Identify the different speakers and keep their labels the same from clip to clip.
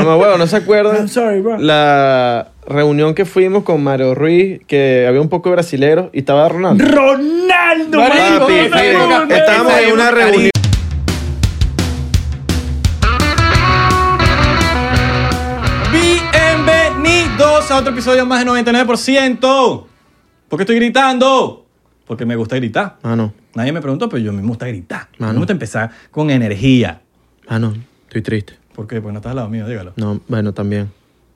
Speaker 1: Mamá, huevo, ¿no se acuerdan?
Speaker 2: I'm sorry, bro.
Speaker 1: La reunión que fuimos con Mario Ruiz, que había un poco de brasileros y estaba Ronaldo.
Speaker 2: Ronaldo,
Speaker 1: Papi,
Speaker 2: marico, Ronaldo,
Speaker 1: mira,
Speaker 2: Ronaldo.
Speaker 1: estábamos en una reunión.
Speaker 3: Bienvenidos a otro episodio más de 99%. ¿Por qué estoy gritando? Porque me gusta gritar.
Speaker 1: Mano,
Speaker 3: Nadie me preguntó, pero yo me gusta gritar.
Speaker 1: Mano.
Speaker 3: Me gusta empezar con energía.
Speaker 1: mano, Ah, estoy triste.
Speaker 3: ¿Por qué? Porque pues, no estás al lado mío, dígalo.
Speaker 1: No, bueno, también.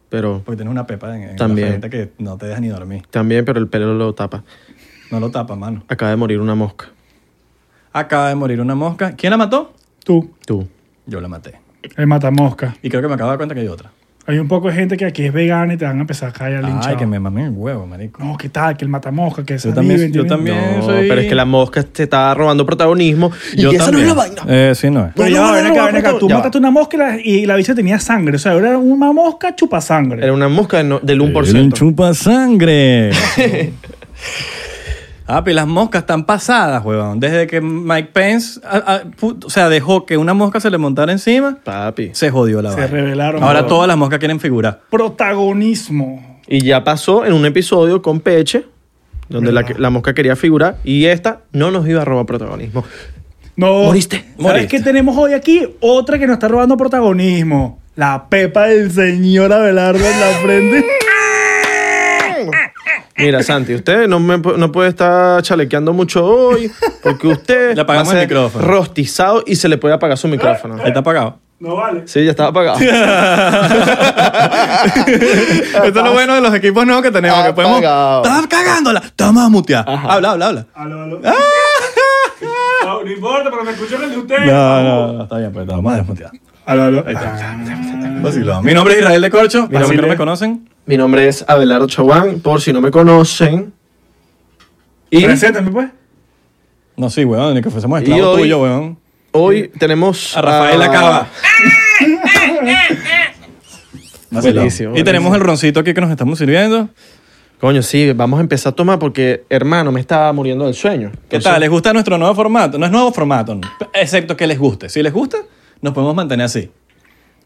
Speaker 1: Pero,
Speaker 3: Porque tienes una pepa en, en
Speaker 1: También.
Speaker 3: la frente que no te deja ni dormir.
Speaker 1: también, pero el pelo lo tapa.
Speaker 3: No lo tapa, mano.
Speaker 1: Acaba de morir una mosca.
Speaker 3: Acaba de morir una mosca. ¿Quién la mató?
Speaker 2: Tú,
Speaker 1: Tú.
Speaker 3: Yo la maté.
Speaker 2: el matamosca.
Speaker 3: Y creo que me acabo de dar cuenta que hay otra.
Speaker 2: Hay un poco de gente que aquí es vegana y te van a empezar a caer al
Speaker 3: Ay,
Speaker 2: hinchado.
Speaker 3: que me mamé el huevo, marico.
Speaker 2: No, ¿qué tal? Que el matamosca, que se
Speaker 3: Yo también-
Speaker 2: viven,
Speaker 3: yo
Speaker 2: tienen-
Speaker 3: también. Bien,
Speaker 1: No,
Speaker 3: soy-
Speaker 1: Oh, pero es que la mosca te está robando protagonismo. Y esa no es la vaina.
Speaker 3: Eh, sí, no es.
Speaker 2: Pero ya
Speaker 1: No,
Speaker 2: va,
Speaker 1: no,
Speaker 2: ven
Speaker 1: no,
Speaker 2: acá,
Speaker 1: no,
Speaker 2: ven acá.
Speaker 1: no,
Speaker 2: Tú
Speaker 1: ya
Speaker 2: mataste una mosca y la, y la bicha tenía sangre. O sea, era una mosca chupa sangre.
Speaker 1: Era una mosca no- del
Speaker 3: Era un
Speaker 1: 1%.
Speaker 3: chupa sangre. Ah, pero las moscas están pasadas, huevón. Desde que Mike Pence, a- a- pu- o sea, dejó que una mosca se le montara encima,
Speaker 1: Papi.
Speaker 3: se jodió la
Speaker 2: Se
Speaker 3: vaina.
Speaker 2: revelaron,
Speaker 3: Ahora
Speaker 2: huevón.
Speaker 3: todas las moscas quieren figurar.
Speaker 2: Protagonismo.
Speaker 1: Y ya pasó en un episodio con Peche, donde la, la mosca quería figurar y esta no nos iba a robar protagonismo.
Speaker 2: No.
Speaker 1: Moriste,
Speaker 2: ¿Sabes
Speaker 3: moriste.
Speaker 2: qué tenemos hoy aquí? Otra que nos está robando protagonismo. La pepa del señor Abelardo en la frente.
Speaker 1: Mira, Santi, usted no, me, pu- no puede estar chalequeando mucho hoy porque usted
Speaker 3: Le apagamos
Speaker 1: va a
Speaker 3: el
Speaker 1: ser
Speaker 3: micrófono.
Speaker 1: rostizado y se le puede apagar su micrófono.
Speaker 3: Ahí Está apagado.
Speaker 2: No vale.
Speaker 1: Sí, ya estaba apagado.
Speaker 3: Esto es lo bueno de los equipos nuevos que tenemos, que podemos.
Speaker 1: Apagado.
Speaker 3: Estás cagándola. Estamos a mutear. Habla, habla, habla.
Speaker 2: Aló, aló. No, no importa, pero me escuchan el de ustedes.
Speaker 3: No, no, no, está bien, pero estamos a desmutear.
Speaker 2: Aló, aló. Ah.
Speaker 3: Vacilón. Mi nombre es Israel de Corcho. Para los que no me conocen,
Speaker 1: Mi nombre es Abelardo Chaguán, por si no me conocen. Y
Speaker 2: Preséntame, pues.
Speaker 3: no, sí, huevón, ni que fuésemos
Speaker 1: Y
Speaker 3: esclavos
Speaker 1: hoy- Ah.
Speaker 3: tuyos, huevón.
Speaker 1: hoy tenemos
Speaker 3: A Rafael Ah, Acaba.
Speaker 1: Buenísimo, ah, buenísimo.
Speaker 3: Y tenemos el roncito aquí que nos estamos sirviendo.
Speaker 1: Coño, sí, vamos a empezar a tomar porque, hermano, me estaba muriendo del sueño.
Speaker 3: ¿Qué
Speaker 1: Entonces,
Speaker 3: tal? ¿Les gusta nuestro nuevo formato? No es nuevo formato, no. excepto que les guste. Si les gusta, nos podemos mantener así.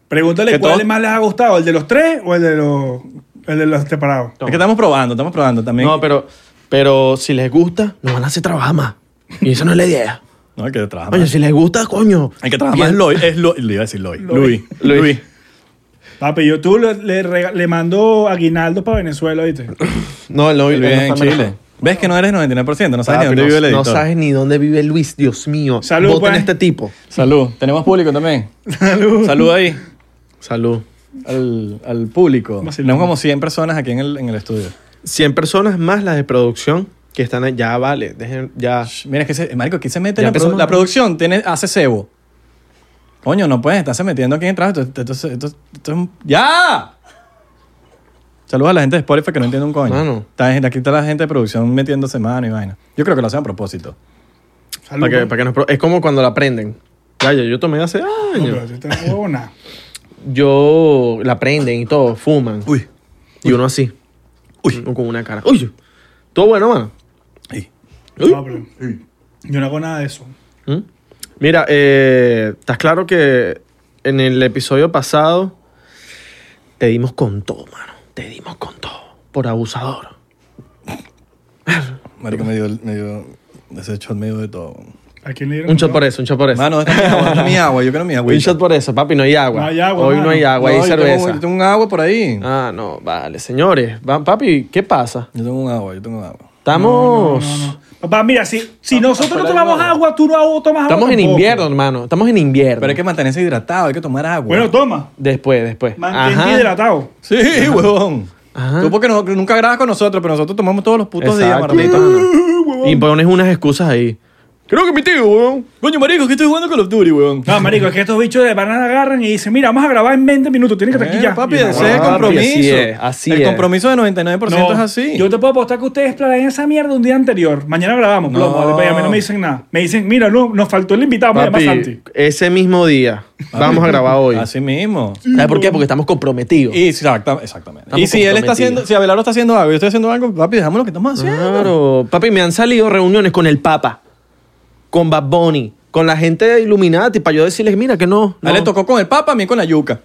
Speaker 2: Pregúntale
Speaker 3: Que
Speaker 2: cuál
Speaker 3: todo-
Speaker 2: más les ha gustado, el de los tres o el de los, el de los separados.
Speaker 3: Es que estamos probando, estamos probando también.
Speaker 1: No, pero, pero si les gusta, nos van a hacer trabajar más. Y esa no es la idea.
Speaker 3: No, hay que trabajar
Speaker 1: Coño,
Speaker 3: más.
Speaker 1: si les gusta, coño.
Speaker 3: Ah, Hay que trabajar más.
Speaker 1: Bien.
Speaker 3: Loy, es Loy. Le iba a decir Loy. Luis.
Speaker 1: Luis.
Speaker 3: Luis.
Speaker 2: Papi, yo tú le, le, rega- le mando aguinaldo para Venezuela, ¿viste?
Speaker 1: No, el
Speaker 3: Luis en Chile. ¿Ves que no eres 99%? No sabes ni dónde vive el
Speaker 1: Ah, no
Speaker 3: editor.
Speaker 1: sabes ni dónde vive Luis, Dios mío.
Speaker 2: Salud,
Speaker 1: Voten
Speaker 2: pues.
Speaker 1: este tipo.
Speaker 3: Salud. Tenemos público también.
Speaker 2: Salud.
Speaker 3: Salud ahí.
Speaker 1: Salud.
Speaker 3: Al, al público.
Speaker 2: Vacilón.
Speaker 3: Tenemos como 100 personas aquí en el, en el estudio.
Speaker 1: 100 personas más las de producción que están ahí. Ya vale, dejen, ya.
Speaker 3: Mira, es que se, Marico, aquí se mete
Speaker 1: Ya
Speaker 3: la, produ-
Speaker 1: empezó.
Speaker 3: la producción, tiene, hace cebo. Coño, no puedes estarse metiendo aquí en el trabajo. Esto, esto- esto- esto- esto es un- ¡Ya! Saludos a la gente de Spotify que no entiende un coño.
Speaker 1: Mano.
Speaker 3: Está, aquí está la gente de producción metiéndose mano y vaina. Yo creo que lo hacen a propósito.
Speaker 2: Salud.
Speaker 1: Para que,
Speaker 2: pues.
Speaker 1: para que nos pro- es como cuando la prenden. Ya, ya, yo tomé hace
Speaker 2: No,
Speaker 1: años.
Speaker 2: pero si esta es huevona.
Speaker 1: Yo la prenden y todo, fuman.
Speaker 3: Uy.
Speaker 1: Y uno así.
Speaker 3: Uy.
Speaker 1: Uno con una cara. Uy. Todo bueno, mano. Uy.
Speaker 2: No, pero- Yo no hago nada de eso.
Speaker 1: ¿Mm? Mira, eh, estás claro que en el episodio pasado te dimos con todo, mano. Te dimos con todo. Por abusador.
Speaker 3: Marico, me dio, me dio ese shot medio de todo.
Speaker 2: ¿A quién le dieron?
Speaker 1: Un shot por eso, un shot por eso.
Speaker 3: Mano, esta es mi agua, esta es mi agua. Yo quiero mi agua.
Speaker 1: un shot por eso, papi. No hay agua.
Speaker 2: No hay agua,
Speaker 1: Hoy no
Speaker 2: mano.
Speaker 1: hay agua, hay cerveza.
Speaker 3: Yo tengo un agua por ahí.
Speaker 1: Ah, no, vale. Señores, va- papi, ¿qué pasa?
Speaker 3: Yo tengo un agua, yo tengo un agua.
Speaker 1: Estamos...
Speaker 2: Papá, mira, si, si nosotros no
Speaker 1: afuera
Speaker 2: tomamos
Speaker 1: hay agua.
Speaker 2: agua, tú no tomas agua.
Speaker 1: Estamos en
Speaker 2: tampoco.
Speaker 1: invierno, hermano. Estamos en invierno.
Speaker 3: Pero hay que mantenerse hidratado, hay que tomar agua.
Speaker 2: Bueno, toma.
Speaker 1: Después, después.
Speaker 2: Mantente
Speaker 1: Ajá.
Speaker 2: hidratado.
Speaker 3: Sí, huevón.
Speaker 1: Ajá.
Speaker 3: Tú porque no- nunca
Speaker 1: Mm.
Speaker 3: grabas con nosotros, pero nosotros tomamos todos los putos días,
Speaker 1: Exacto,
Speaker 3: Marlito.
Speaker 1: mano. Y pones unas excusas ahí. Creo que mi tío, weón.
Speaker 3: Coño, marico, que estoy jugando Call of Duty, weón.
Speaker 2: No, marico, es que estos bichos de banana agarran y dicen, mira, vamos a grabar en 20 minutos, tienes que estar aquí
Speaker 3: Bueno,
Speaker 2: ya.
Speaker 3: Eh, papi,
Speaker 2: Y no,
Speaker 3: ese es el
Speaker 1: Eh, papi,
Speaker 3: compromiso.
Speaker 1: así es, así
Speaker 3: el
Speaker 1: es.
Speaker 3: compromiso del 99%
Speaker 2: no.
Speaker 3: es así.
Speaker 2: Yo te puedo apostar que ustedes planean esa mierda un día anterior. Mañana grabamos,
Speaker 3: No.
Speaker 2: plomo. Después a mí no me dicen nada. Me dicen, mira, no, nos faltó el invitado, me llama Santi.
Speaker 1: Papi, ese mismo día. Vamos a grabar hoy.
Speaker 3: Así mismo.
Speaker 1: ¿Sabes por qué? Porque estamos comprometidos.
Speaker 3: Y, exacta- exactamente.
Speaker 1: Estamos
Speaker 3: y si él está
Speaker 1: comprometidos.
Speaker 3: haciendo, si Abelardo está haciendo algo, yo estoy haciendo algo, papi, dejamos lo que estamos haciendo.
Speaker 1: Claro. Papi, me han salido reuniones con el Papa, con Bad Bunny, con la gente de Illuminati, para yo decirles, mira que no.
Speaker 3: A
Speaker 1: no.
Speaker 3: él le tocó con el papa, a mí con la yuca.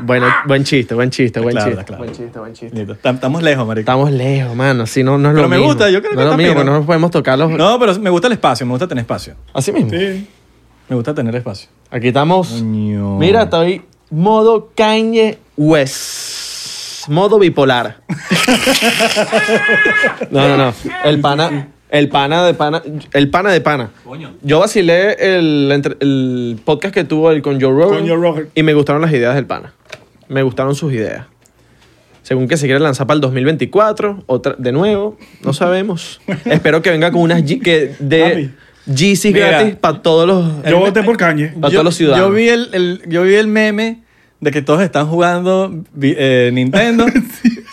Speaker 1: Bueno, buen chiste, buen chiste, buen
Speaker 3: claro,
Speaker 1: chiste.
Speaker 3: está claro.
Speaker 1: Buen chiste, buen chiste.
Speaker 3: Listo. Tam- Estamos lejos, marico.
Speaker 1: Estamos lejos, mano. Si no, no es
Speaker 3: Pero
Speaker 1: lo
Speaker 3: me
Speaker 1: mismo.
Speaker 3: gusta, yo creo que
Speaker 1: no es
Speaker 3: está
Speaker 1: lo mismo,
Speaker 3: fino.
Speaker 1: no nos podemos tocar los.
Speaker 3: No, pero me gusta el espacio, me gusta tener espacio.
Speaker 1: Así mismo.
Speaker 2: Sí.
Speaker 3: Me gusta tener espacio.
Speaker 1: Aquí estamos.
Speaker 3: Coño.
Speaker 1: Mira, estoy modo Kanye West. Modo bipolar. no, no, no. El pana. El pana de pana. El pana de pana. Yo vacilé el, entre- el podcast que tuvo el con Joe Rogan.
Speaker 2: Con Joe Rogan.
Speaker 1: Y me gustaron las ideas del pana. Me gustaron sus ideas. Según que se quiere lanzar para el 2024, otra, de nuevo, no sabemos. Espero que venga con unas G- que de GC
Speaker 3: Mira.
Speaker 1: gratis para todos los.
Speaker 2: Yo voté por Cañe.
Speaker 1: Para todos los ciudadanos.
Speaker 3: Yo vi el, el- yo vi el meme de que todos están jugando vi- eh, Nintendo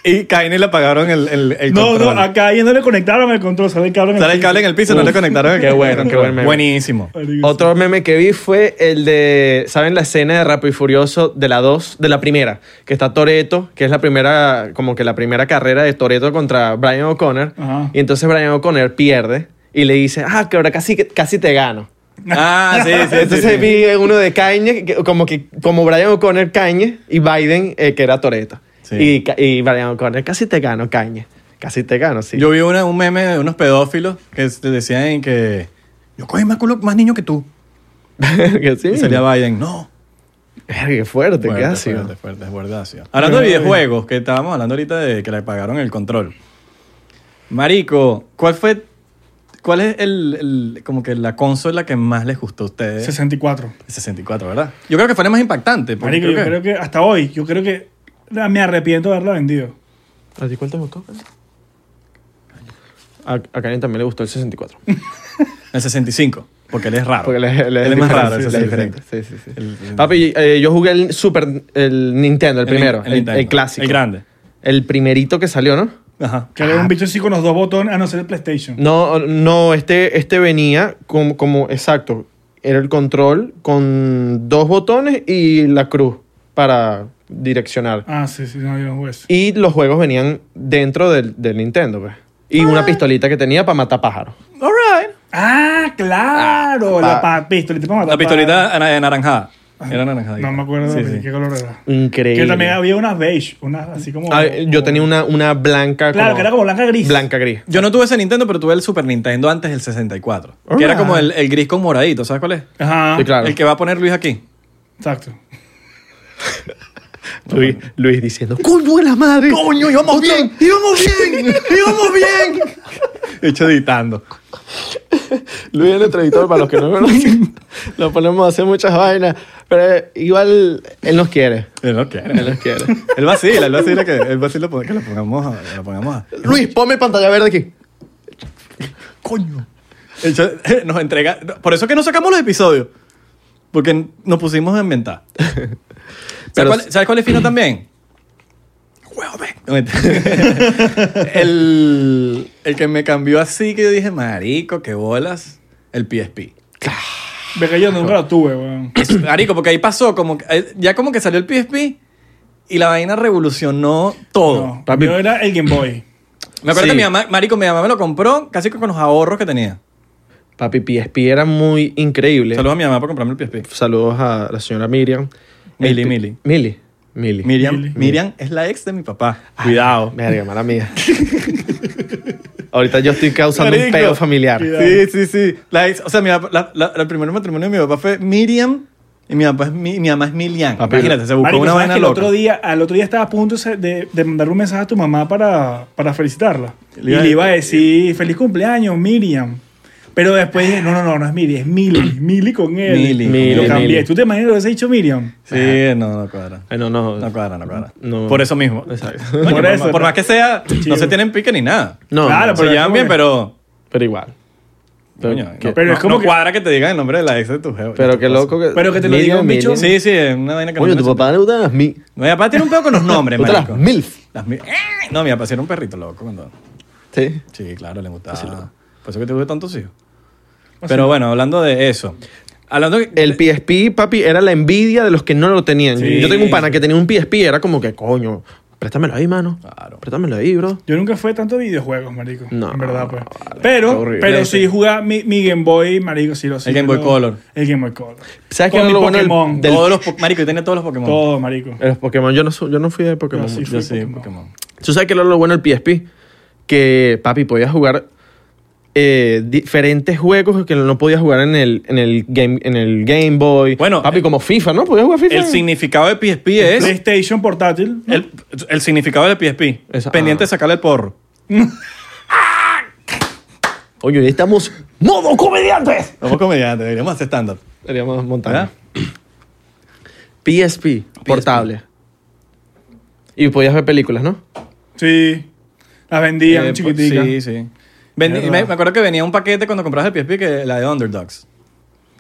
Speaker 3: y Kanye le apagaron el, el, el
Speaker 2: No,
Speaker 3: control.
Speaker 2: no, a Cañe no le conectaron el control, sale el cabrón. en
Speaker 3: Sale el cable en el piso, no
Speaker 1: Uf,
Speaker 3: le conectaron. el-
Speaker 1: qué bueno, qué buen meme.
Speaker 3: Buenísimo.
Speaker 2: Marico,
Speaker 1: Otro meme que vi fue el de, ¿saben la escena de Rápido y Furioso de la 2, de la primera? Que está Toreto, que es la primera, como que la primera carrera de Toreto contra Brian O'Connor.
Speaker 2: Ajá.
Speaker 1: Y entonces Brian O'Connor pierde y le dice, ah, que ahora casi, casi te gano.
Speaker 3: Ah, sí, sí, sí.
Speaker 1: Entonces
Speaker 3: sí.
Speaker 1: vi uno de Kanye, que- como que como Brian O'Connor Kanye y Biden, eh, que era Toreto.
Speaker 3: Sí.
Speaker 1: Y, ca- y Brian O'Connor, casi te gano, Kanye. Casi te gano, sí.
Speaker 3: Yo vi una- un meme de unos pedófilos que s- decían que yo cogí más, culo- más niño que tú.
Speaker 1: Que sí.
Speaker 3: Y salía Biden. No.
Speaker 1: Verga, Qué fuerte, qué
Speaker 3: Fuerte,
Speaker 1: ácido.
Speaker 3: fuerte, fuerte, fuerte ácido. Hablando de videojuegos, que estábamos hablando ahorita de que le pagaron el control. Marico, ¿cuál fue, cuál es el, el- como que la consola que más les gustó a ustedes?
Speaker 2: 64.
Speaker 3: El 64, ¿verdad? Yo creo que fue la más impactante. porque
Speaker 2: Marico, yo creo que hasta hoy, yo creo que ah, me arrepiento de haberla vendido.
Speaker 1: ¿A ti cuál te gustó? A, a Karen también le gustó el 64.
Speaker 3: El 65, porque él es raro.
Speaker 1: Porque le, le-
Speaker 3: él es más
Speaker 1: diferente,
Speaker 3: raro,
Speaker 1: sí,
Speaker 3: el
Speaker 1: le-
Speaker 3: 65.
Speaker 1: Sí, sí, sí.
Speaker 3: El- el-
Speaker 1: Papi, eh, yo jugué el Super el Nintendo, el,
Speaker 3: El-
Speaker 1: primero, el,
Speaker 3: Nintendo,
Speaker 1: el clásico.
Speaker 3: El grande.
Speaker 1: El primerito que salió, ¿no?
Speaker 3: Ajá.
Speaker 2: Que era un bicho así con los dos botones, a no ser el PlayStation.
Speaker 1: No, no, este, este venía como, como, exacto, era el control con dos botones y la cruz para direccionar.
Speaker 2: Ah, sí, sí, no, yo no jugué eso.
Speaker 1: Y los juegos venían dentro del, del Nintendo, pues. Y una pistolita que tenía para matar pájaros.
Speaker 3: All right.
Speaker 2: Ah, claro,
Speaker 1: Ah,
Speaker 2: la
Speaker 1: pa-
Speaker 2: pa- pistolita. para matar
Speaker 3: La pistolita ana- anaranjada. Era anaranjada.
Speaker 2: No me acuerdo
Speaker 3: Sí,
Speaker 2: de
Speaker 3: sí.
Speaker 2: qué color era.
Speaker 1: Increíble.
Speaker 2: Que también había unas beige, unas así como.
Speaker 1: Ah, yo tenía una, una blanca.
Speaker 2: Oh. Claro, que era como blanca gris.
Speaker 1: Blanca gris.
Speaker 3: Yo no tuve ese Nintendo, pero tuve el Super Nintendo antes del 64. Que era
Speaker 1: Alright.
Speaker 3: como el, el gris con moradito, ¿sabes cuál es?
Speaker 2: Ajá.
Speaker 1: Sí, claro.
Speaker 3: El que va a poner Luis aquí.
Speaker 2: Exacto.
Speaker 1: Luis, Luis diciendo, ¡Coño de la madre!
Speaker 3: ¡Coño, íbamos bien! ¡Íbamos bien! ¡Íbamos bien! Hecho editando.
Speaker 1: Luis el entrevistador, para los que no lo conocen, lo ponemos a hacer muchas vainas, pero igual él nos quiere.
Speaker 3: Él no quiere.
Speaker 1: Él nos quiere.
Speaker 3: Él vacila, él vacila que, él vacila que lo pongamos a... Lo pongamos a-
Speaker 1: Luis, ponme pantalla verde aquí.
Speaker 3: ¡Coño! Hecho- nos entrega... Por eso es que no sacamos los episodios. Porque nos pusimos a inventar.
Speaker 1: Pero-
Speaker 3: ¿Sabes, cuál, sabes cuál es fino también? Huevo, ven. No, mentira. el, el que me cambió así que yo dije, marico, qué bolas, el PSP.
Speaker 2: Ve que yo nunca lo tuve, weón.
Speaker 3: Eso, Marico, porque ahí pasó, como que- eh, ya como que salió el PSP y la vaina revolucionó todo.
Speaker 2: No,
Speaker 1: papi.
Speaker 2: Yo era el Game Boy.
Speaker 3: Me
Speaker 1: Sí.
Speaker 3: acuerdo que mi mamá, Marico, mi mamá me lo compró casi que con los ahorros que tenía.
Speaker 1: Papi, PSP era muy increíble.
Speaker 3: Saludos a mi mamá por comprarme el PSP.
Speaker 1: Saludos a la señora Miriam.
Speaker 3: Mili,
Speaker 1: Este-
Speaker 3: Mili.
Speaker 1: Mili. Mili.
Speaker 3: Miriam,
Speaker 2: Mili.
Speaker 3: Miriam es la ex de mi papá.
Speaker 2: Ah,
Speaker 3: Cuidado.
Speaker 1: Verga, mala mía. Ahorita yo estoy causando un
Speaker 3: Marico.
Speaker 1: pedo familiar.
Speaker 3: Sí, sí, sí. La ex- o sea, mi papá- la, la- el primer matrimonio de mi papá fue Miriam y mi, papá es mi, mi mamá es Milian.
Speaker 1: Papi,
Speaker 3: Imagínate, se buscó
Speaker 2: Marico,
Speaker 3: una
Speaker 2: ¿sabes
Speaker 3: vaina
Speaker 2: que el
Speaker 3: loca.
Speaker 2: otro día, al otro día estaba a punto ese de, de mandarle un mensaje a tu mamá para, para felicitarla.
Speaker 3: Le
Speaker 2: Y
Speaker 3: iba a-
Speaker 2: le iba a decir, feliz cumpleaños, Miriam. Pero después dije, no, no, no, no es Miri, es Mili. Mili con él.
Speaker 3: Mili.
Speaker 1: Mili,
Speaker 2: Lo cambié.
Speaker 1: Mili.
Speaker 2: ¿Tú te imaginas lo que dicho Miriam? Ah.
Speaker 3: Sí, no, no cuadra.
Speaker 1: Ay, no, no.
Speaker 3: No cuadra, no cuadra.
Speaker 1: No.
Speaker 3: Por eso mismo.
Speaker 1: Exacto.
Speaker 3: Coño,
Speaker 2: Por
Speaker 3: por,
Speaker 2: eso,
Speaker 3: por
Speaker 2: ¿no?
Speaker 3: más que sea, no
Speaker 2: Chido.
Speaker 3: se tienen pique ni nada.
Speaker 1: No,
Speaker 2: Claro,
Speaker 1: no,
Speaker 3: se
Speaker 2: pero
Speaker 3: llevan
Speaker 2: eso
Speaker 3: bien,
Speaker 2: es-
Speaker 3: pero
Speaker 1: pero igual.
Speaker 3: Coño,
Speaker 1: que-
Speaker 3: no-
Speaker 2: pero
Speaker 3: no-
Speaker 2: es como
Speaker 3: no
Speaker 2: que-
Speaker 3: cuadra que te digan el nombre de la ex de tu jefe.
Speaker 1: Pero qué loco que.
Speaker 2: Pero que te lo
Speaker 1: Miriam,
Speaker 2: diga un bicho.
Speaker 1: Miriam.
Speaker 3: Sí, sí, es una vaina que
Speaker 1: Coño,
Speaker 3: no me
Speaker 1: tu papá le gusta las mi.
Speaker 3: Mi papá tiene un pedo con los nombres,
Speaker 1: Puta, las
Speaker 3: marico.
Speaker 1: MILF.
Speaker 3: Las mil. ¡Eh! No, mi papá sí era un perrito loco. Cuando...
Speaker 1: Sí.
Speaker 3: Sí, claro, le gustaba. Por eso que tuve tantos hijos.
Speaker 2: Ah,
Speaker 3: Pero bueno, hablando de eso. Hablando que-
Speaker 1: El PSP, papi, era la envidia de los que no lo tenían.
Speaker 3: Sí.
Speaker 1: Yo tengo un pana que tenía un PSP y era como que, coño, préstamelo ahí, mano.
Speaker 3: Claro.
Speaker 1: Préstamelo ahí, bro.
Speaker 2: Yo nunca fui tanto de videojuegos, marico.
Speaker 1: No,
Speaker 2: en verdad, pues.
Speaker 1: vale, qué
Speaker 2: pero,
Speaker 1: horrible.
Speaker 2: pero sí jugaba mi, mi Game Boy, marico, sí lo sí
Speaker 3: El Game
Speaker 2: lo-
Speaker 3: Boy Color.
Speaker 2: El Game Boy Color.
Speaker 1: ¿Sabes qué
Speaker 2: Con
Speaker 1: era
Speaker 2: mi
Speaker 1: lo bueno del-
Speaker 2: Pokémon.
Speaker 1: del-
Speaker 3: Todos los... po- Marico, yo tenía todos los Pokémon.
Speaker 2: Todo, marico.
Speaker 1: Los Pokémon, yo no, su- yo no fui de Pokémon.
Speaker 2: Yo sí
Speaker 1: mucho.
Speaker 3: Yo
Speaker 2: fui
Speaker 3: sí,
Speaker 2: Pokémon.
Speaker 3: Pokémon.
Speaker 1: ¿Tú sabes qué era lo bueno del PSP? Que, papi, podías jugar eh, diferentes juegos que no podías jugar en el, en el, game, en el game Boy.
Speaker 3: Bueno,
Speaker 1: papi, como FIFA, ¿no? Podías jugar FIFA.
Speaker 3: El significado de PSP es...
Speaker 2: PlayStation portátil. ¿no?
Speaker 3: El, el significado del PSP.
Speaker 1: Esa- ah.
Speaker 3: pendiente de sacarle el porro.
Speaker 1: Oye, hoy estamos modo comediantes.
Speaker 3: Somos comediantes, deberíamos hacer stand-up.
Speaker 1: Deberíamos montar.
Speaker 3: ¿verdad?
Speaker 1: PSP, portable. Y podías ver películas, ¿no?
Speaker 2: Sí. Las vendían
Speaker 3: Eh, po-
Speaker 2: chiquiticas.
Speaker 3: Sí, sí. Vení-
Speaker 2: Mierda.
Speaker 3: me, me acuerdo que venía un paquete cuando comprabas el PSP, que la de Underdogs.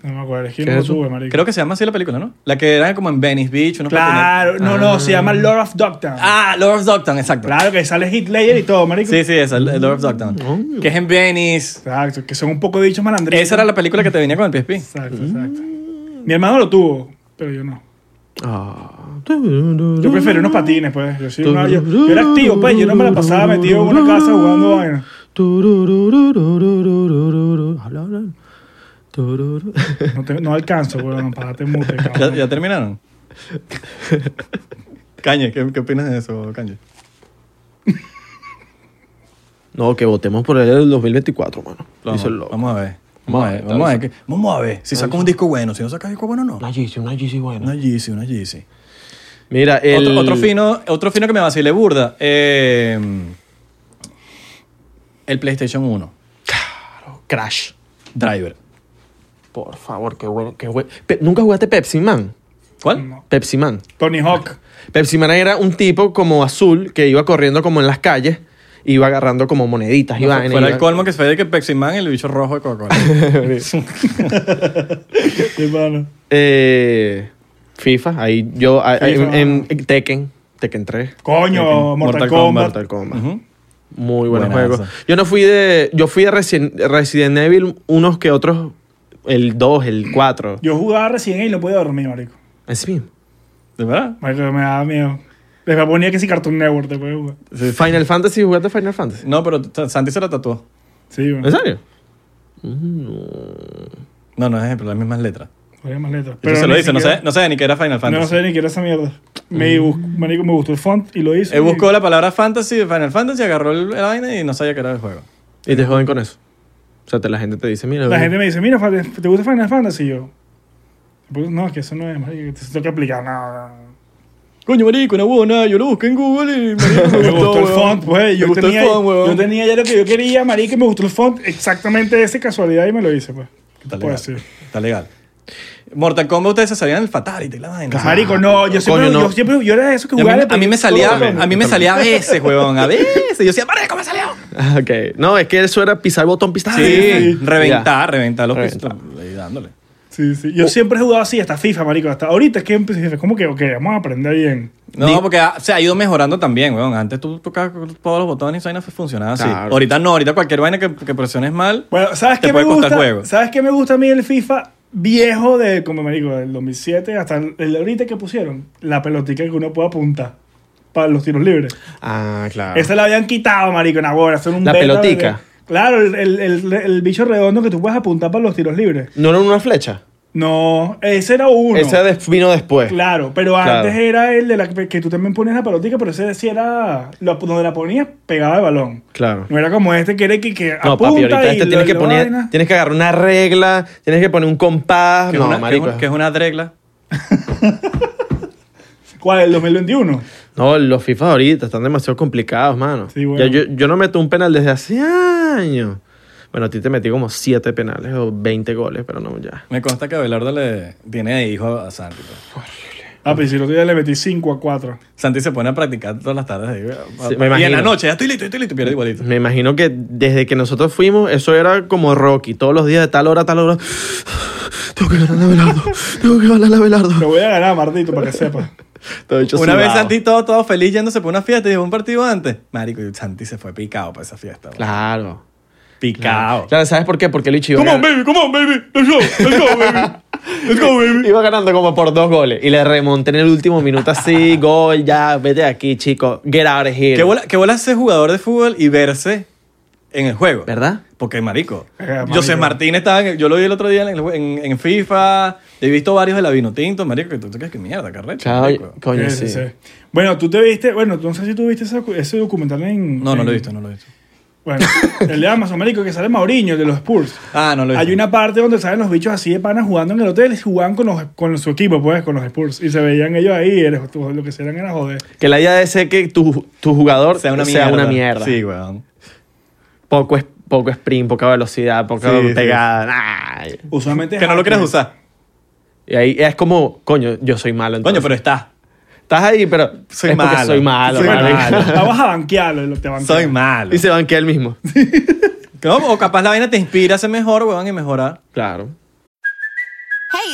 Speaker 2: No me acuerdo. Es que
Speaker 1: ¿Qué
Speaker 2: no
Speaker 1: es eso?
Speaker 2: lo tuve, marico.
Speaker 3: Creo que se llama así la película, ¿no? La que era como en Venice Beach. unos
Speaker 2: Claro.
Speaker 3: patinetes.
Speaker 2: No, no. Se llama Lord of Dogtown.
Speaker 3: Ah, Lord of Dogtown, exacto.
Speaker 2: Claro, que sale Hitler y todo, marico.
Speaker 3: Sí, sí, esa, el Lord of Dogtown. Que es en Venice.
Speaker 2: Exacto. Que son un poco dichos malandrines.
Speaker 3: Esa era la película que te venía con el PSP.
Speaker 2: Exacto, exacto. Mi hermano lo tuvo, pero yo no. Yo
Speaker 1: Ah. Yo
Speaker 2: preferí unos patines, pues. Yo, sí, no, yo, yo era activo, pues. Yo no me la pasaba metido en una casa jugando vaina.
Speaker 1: Habla, habla. Tururú.
Speaker 2: No, te- no alcanzo, weón. Párate mute,
Speaker 3: ¿Ya,
Speaker 2: cabrón.
Speaker 3: ya terminaron? Cañe, ¿qué, qué opinas de eso, Cañe?
Speaker 1: No, que votemos por el 2024, mano.
Speaker 3: Lo Vamos,
Speaker 1: Dice el loco.
Speaker 3: vamos a ver. Vamos a ver, vamos a ver. que- Vamos a ver si saca un disco bueno. Si no saca disco bueno, no.
Speaker 1: Una Yeezy, una Yeezy buena.
Speaker 3: Una Yeezy, una Yeezy.
Speaker 1: Mira, el...
Speaker 3: Otro, otro fino, otro fino que me vacile burda. eh, el PlayStation 1.
Speaker 1: Crash.
Speaker 3: Driver.
Speaker 1: Por favor, qué bueno, qué bueno. Pe- ¿Nunca jugaste Pepsi Man?
Speaker 3: ¿Cuál?
Speaker 1: Pepsi Man.
Speaker 2: Tony Hawk.
Speaker 1: Pepsi Man era un tipo como azul que iba corriendo como en las calles, iba agarrando como moneditas y
Speaker 3: Fue-
Speaker 1: vainas,
Speaker 3: Fuera
Speaker 1: iba-
Speaker 3: el colmo que fue de que Pepsi Man y el bicho rojo de Coca-Cola.
Speaker 2: Sí, mano.
Speaker 1: Eh, FIFA, ahí yo ahí- ahí
Speaker 2: FIFA.
Speaker 1: En, en Tekken, Tekken 3,
Speaker 2: Coño, Mortal,
Speaker 3: Mortal
Speaker 2: Kombat.
Speaker 1: Mortal Kombat.
Speaker 3: Ujú.
Speaker 1: Muy buenos
Speaker 3: Buenazo.
Speaker 1: juegos. Yo no fui de yo fui de Resi- Resident Evil unos que otros el 2, el 4.
Speaker 2: Yo jugaba recién y no podía dormir, marico.
Speaker 1: Así mismo.
Speaker 3: ¿De verdad?
Speaker 2: Marico, me daba miedo. Después ponía que si Cartoon Network te podía jugar.
Speaker 3: Sí.
Speaker 1: Final Fantasy, ¿jugaste Final Fantasy?
Speaker 3: No, pero t- Santi se la tatuó.
Speaker 2: Sí, weón.
Speaker 1: ¿En serio?
Speaker 3: Mm.
Speaker 1: Mm,
Speaker 3: No, no es ejemplo, las mismas letras.
Speaker 2: Ponía más letras.
Speaker 3: Pero se lo
Speaker 2: ni
Speaker 3: dice, no
Speaker 2: siquiera-
Speaker 3: sabe, no sabe ni que era Final
Speaker 2: No,
Speaker 3: Fantasy. Mm.
Speaker 2: sé ni qué era esa mierda. Me, bus- marico, me gustó el font y lo hice.
Speaker 3: Él buscó la palabra fantasy de Final Fantasy, agarró el, la vaina y no sabía que era el juego.
Speaker 1: Y te joden con eso. O sea, te- la gente te dice, mira,
Speaker 2: La
Speaker 1: güey,
Speaker 2: gente me dice, mira, Fa- ¿te gusta Final Fantasy? Y yo, pues, no, es que eso no es, marico, te tengo que aplicar nada.
Speaker 3: Coño, marico, una buena, yo lo busqué en Google y marico,
Speaker 2: Me gustó el
Speaker 3: weón.
Speaker 2: font,
Speaker 3: Me
Speaker 2: pues. Yo,
Speaker 3: gustó el
Speaker 2: tenía-
Speaker 3: font, weón.
Speaker 2: yo tenía ya lo que yo quería, marico, y me gustó el font. Exactamente ese casualidad y me lo hice, pues. ¿Qué
Speaker 3: Está
Speaker 2: te
Speaker 3: legal.
Speaker 2: puedo decir?
Speaker 3: Está legal. Mortal Kombat, ustedes se sabían el Fatality, la vaina.
Speaker 2: Marico, no, yo siempre,
Speaker 1: Coño, no.
Speaker 2: yo siempre, yo era de esos que
Speaker 3: Yo
Speaker 2: jugaba.
Speaker 3: a, mí,
Speaker 2: de
Speaker 3: a mí me
Speaker 2: película
Speaker 3: salía,
Speaker 2: todo el
Speaker 3: a mí me salía a veces, weón, a veces. Yo decía, marico, me salió.
Speaker 1: Ok. No, es que eso era pisar el botón, pisar.
Speaker 3: Sí,
Speaker 2: sí.
Speaker 3: reventar, reventar los
Speaker 1: Reventar.
Speaker 3: pistolas. Y dándole.
Speaker 2: Sí, sí.
Speaker 3: Oh.
Speaker 2: Yo siempre he jugado así, hasta FIFA, marico. Hasta ahorita es que empecé, como que, ok, vamos a aprender bien.
Speaker 3: No, porque ha- se ha ido mejorando también, weón. Antes tú tocabas todos los botones y esa vaina funcionaba así.
Speaker 1: Claro.
Speaker 3: Ahorita no, ahorita cualquier vaina que, que presiones mal.
Speaker 2: Bueno, ¿sabes
Speaker 3: Te
Speaker 2: qué me
Speaker 3: puede costar
Speaker 2: gusta?
Speaker 3: juego.
Speaker 2: ¿Sabes qué me gusta a mí el FIFA viejo de, como me digo, del 2007 hasta el, el ahorita que pusieron? La pelotica que uno puede apuntar para los tiros libres.
Speaker 1: Ah, claro.
Speaker 2: Esa la habían quitado, marico, en ahora. Son un
Speaker 1: La
Speaker 2: beta
Speaker 1: pelotica.
Speaker 2: de- claro, el, el- el- el bicho redondo que tú puedes apuntar para los tiros libres.
Speaker 1: ¿No era una flecha?
Speaker 2: No, ese era uno.
Speaker 1: Esa des- vino después.
Speaker 2: Claro, pero
Speaker 1: Claro.
Speaker 2: antes era el de la que, que tú también ponías la pelotica, pero ese sí era lo- donde la ponías pegaba el balón.
Speaker 1: Claro.
Speaker 2: No era como este que era que, que
Speaker 1: No, papi,
Speaker 2: apunta
Speaker 1: ahorita
Speaker 2: y
Speaker 1: este
Speaker 2: lo-
Speaker 1: tienes que
Speaker 2: lo
Speaker 1: poner,
Speaker 2: vaina.
Speaker 1: tienes que agarrar una regla, tienes que poner un compás.
Speaker 3: Que,
Speaker 1: No,
Speaker 3: es una, que, es
Speaker 1: marico.
Speaker 3: una- que es una regla.
Speaker 2: ¿Cuál? ¿El 2021?
Speaker 1: No, los FIFA ahorita están demasiado complicados, mano.
Speaker 2: Sí, bueno.
Speaker 1: Ya yo, yo no meto un penal desde hace años. Bueno, a ti te metí como 7 penales o 20 goles, pero no, ya.
Speaker 3: Me consta que Abelardo le tiene de hijo a Santi. pues.
Speaker 2: Ah, pero si el otro día le metí 5 a 4.
Speaker 3: Santi se pone a practicar todas las tardes. ahí,
Speaker 1: Sí, me
Speaker 3: y en
Speaker 1: imagino.
Speaker 3: la noche, ya estoy listo, ya estoy listo, pierde igualito.
Speaker 1: Me imagino que desde que nosotros fuimos, eso era como Rocky, todos los días de tal hora a tal hora. Tengo que ganar a Belardo, tengo que ganar a
Speaker 2: Te
Speaker 1: Belardo.
Speaker 2: voy a ganar, Martito, para que sepas.
Speaker 3: Una vez Santi todo, todo feliz yéndose por una fiesta y llegó un partido antes. Marico, y Santi se fue picado para esa fiesta. bro.
Speaker 1: Claro.
Speaker 3: Picado.
Speaker 1: Claro, ¿sabes por qué? Porque Luis iba,
Speaker 2: Come on,
Speaker 1: gan-
Speaker 2: baby, come on, baby. Let's go, let's go, baby. Let's go, baby.
Speaker 1: iba ganando como por dos goles y le remonté en el último minuto así, gol, ya, vete de aquí, chico. Get out of here.
Speaker 3: ¿Qué bola, qué bola ser jugador de fútbol y verse en el juego?
Speaker 1: ¿Verdad?
Speaker 3: Porque, marico,
Speaker 2: Eh,
Speaker 3: José
Speaker 2: marico. Martín
Speaker 3: Martínez estaba... en- yo lo vi el otro día en, el jue- en- en FIFA. He visto varios de la Vinotinto, marico. que ¿Tú te crees que mierda, carrecho?
Speaker 1: Chao,
Speaker 3: marico.
Speaker 1: coño,
Speaker 2: Sí,
Speaker 1: sí.
Speaker 2: sí, sí. Bueno, tú te viste, bueno, tú no sé si tú viste ese, ese documental en...
Speaker 3: No, no
Speaker 2: en-
Speaker 3: lo he visto, no lo he visto.
Speaker 2: Bueno, el de Amazon, marico, que sale Mauriño, el de los Spurs.
Speaker 3: Ah, no lo he visto.
Speaker 2: Hay una parte donde salen los bichos así de pana jugando en el hotel y jugaban con, los, con su equipo, pues, con los Spurs. Y se veían ellos ahí, y eres- lo que hacían era joder.
Speaker 1: Que la idea de ser que tu, tu jugador sea una mierda.
Speaker 3: Sí, weón.
Speaker 1: Poco, es, poco sprint, poca velocidad, poca
Speaker 3: Sí, sí.
Speaker 1: pegada. Ay.
Speaker 2: Usualmente...
Speaker 3: Que no lo quieres usar.
Speaker 1: Y ahí es como, coño, yo soy malo.
Speaker 3: Coño,
Speaker 1: entonces.
Speaker 3: pero está.
Speaker 1: Estás ahí, pero
Speaker 3: Soy
Speaker 1: es porque
Speaker 3: malo.
Speaker 1: Soy malo.
Speaker 3: Soy
Speaker 1: marico.
Speaker 3: malo.
Speaker 2: Vamos a banquearlo, lo- te banquean.
Speaker 3: Soy malo.
Speaker 1: Y se banquea él mismo.
Speaker 3: No, o capaz la vaina te inspira a ser mejor, weón, y mejorar.
Speaker 1: Claro.
Speaker 4: Hey,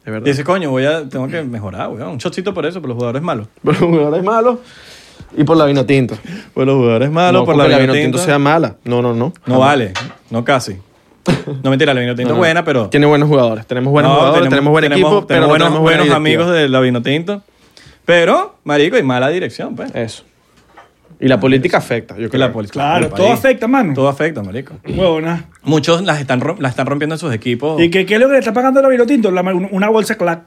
Speaker 1: Es
Speaker 3: Y
Speaker 1: verdad.
Speaker 3: dices, coño, voy a, tengo que mejorar, weón. Un chocito por eso, por los jugadores malos.
Speaker 1: Por los jugadores malos y por la vino tinto.
Speaker 3: Por los jugadores malos,
Speaker 1: no
Speaker 3: por
Speaker 1: porque
Speaker 3: la
Speaker 1: la
Speaker 3: vino
Speaker 1: vino tinto sea mala. No, no, no.
Speaker 3: No vale, no casi. No mentira, la Vinotinto
Speaker 1: No, no.
Speaker 3: es buena, pero.
Speaker 1: Tiene buenos jugadores. Tenemos buenos
Speaker 3: No,
Speaker 1: jugadores, tenemos, buen
Speaker 3: tenemos-
Speaker 1: equipo, pero
Speaker 3: tenemos
Speaker 1: no
Speaker 3: buenos,
Speaker 1: tenemos buena
Speaker 3: buenos
Speaker 1: directiva.
Speaker 3: amigos de la Vinotinto. Pero, marico, y mala dirección, pues.
Speaker 1: Eso. Y la política afecta, yo
Speaker 3: Que
Speaker 1: creo.
Speaker 3: la poli-
Speaker 2: Claro,
Speaker 3: el
Speaker 2: todo
Speaker 3: país.
Speaker 2: afecta, mano.
Speaker 3: Todo afecta, marico.
Speaker 2: Huevona.
Speaker 3: Muchos las están, rom- las están rompiendo en sus equipos.
Speaker 2: ¿Y qué, qué es lo que le está pagando a la Vinotinto? La- Una bolsa clac.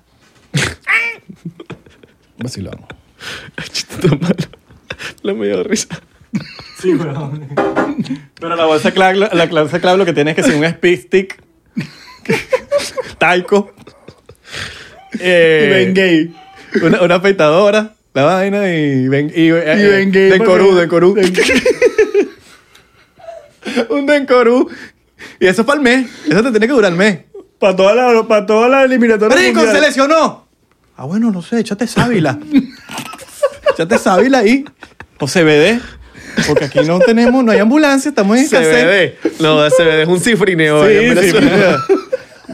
Speaker 3: Vacilón.
Speaker 1: Chiste tan malo. La me dio risa.
Speaker 2: Sí, weón.
Speaker 3: Pero la bolsa clave, la bolsa clave lo que tiene es que ser un speed stick. Talco.
Speaker 2: Y ven
Speaker 3: Eh,
Speaker 2: gay.
Speaker 3: una, una afeitadora. La vaina y ven y, eh,
Speaker 2: Y ven gay.
Speaker 3: Dencorú, Dencorú.
Speaker 2: Ven-
Speaker 3: un Dencorú. Y eso es para el mes. Eso te tiene que durar el mes.
Speaker 2: Para toda la, para toda la eliminatoria.
Speaker 3: ¡Marico,
Speaker 2: mundial.
Speaker 3: se lesionó! Ah, bueno, no sé, échate sábila. échate sábila ahí. O CBD. Porque aquí no tenemos, no hay ambulancia, estamos en escasez.
Speaker 1: CBD. No, CBD es un cifrineo. ahí en
Speaker 3: Sí,
Speaker 1: Venezuela.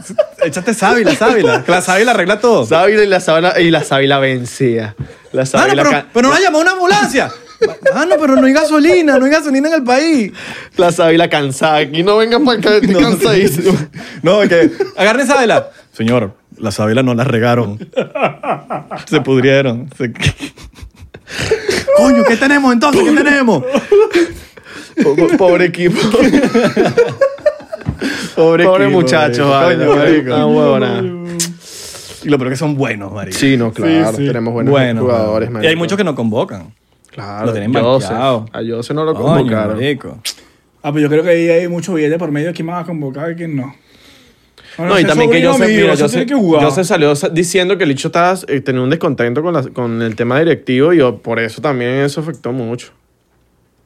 Speaker 3: sí, Échate sábila, sábila. Que la sábila arregla todo.
Speaker 1: Sábila y la sábila, y la sábila vencía. La
Speaker 3: Mano,
Speaker 1: sábila,
Speaker 3: pero,
Speaker 1: ca-
Speaker 3: pero Ah, no ha llamado una ambulancia. Mano, pero no hay gasolina, no hay gasolina en el país.
Speaker 1: la sábila cansada. Aquí no vengan para acá, estoy cansadísimo.
Speaker 3: No, es que agarren sábila. Señor, la sábila no la regaron. Se pudrieron. Se- Coño, ¿qué tenemos entonces? ¿Qué tenemos?
Speaker 1: Po- po- Pobre equipo. Pobre,
Speaker 3: equipo,
Speaker 1: muchacho,
Speaker 3: marico.
Speaker 1: vale.
Speaker 3: Coño, marico.
Speaker 1: Ah, huevona.
Speaker 3: Y lo peor que son buenos, marico.
Speaker 1: Sí, no, claro.
Speaker 2: Sí, sí.
Speaker 1: Tenemos buenos
Speaker 3: Bueno,
Speaker 1: jugadores,
Speaker 3: Y hay muchos que no convocan.
Speaker 1: Claro,
Speaker 3: lo tienen
Speaker 1: Joseph.
Speaker 3: banqueado.
Speaker 1: A Joseph no lo
Speaker 3: Coño,
Speaker 1: convocaron.
Speaker 3: marico.
Speaker 2: Ah, pero yo creo que ahí hay mucho billete por medio. ¿Quién más va a convocar y quién no? Bueno,
Speaker 1: No, y
Speaker 2: ese
Speaker 1: también que
Speaker 2: sobrino
Speaker 1: Joseph,
Speaker 2: mío,
Speaker 1: mira,
Speaker 2: ese
Speaker 1: Joseph,
Speaker 2: tiene que jugar.
Speaker 1: Joseph salió sa- diciendo que el Licho estaba, eh, tenía un descontento con, la- con el tema directivo y oh, por eso también eso afectó mucho.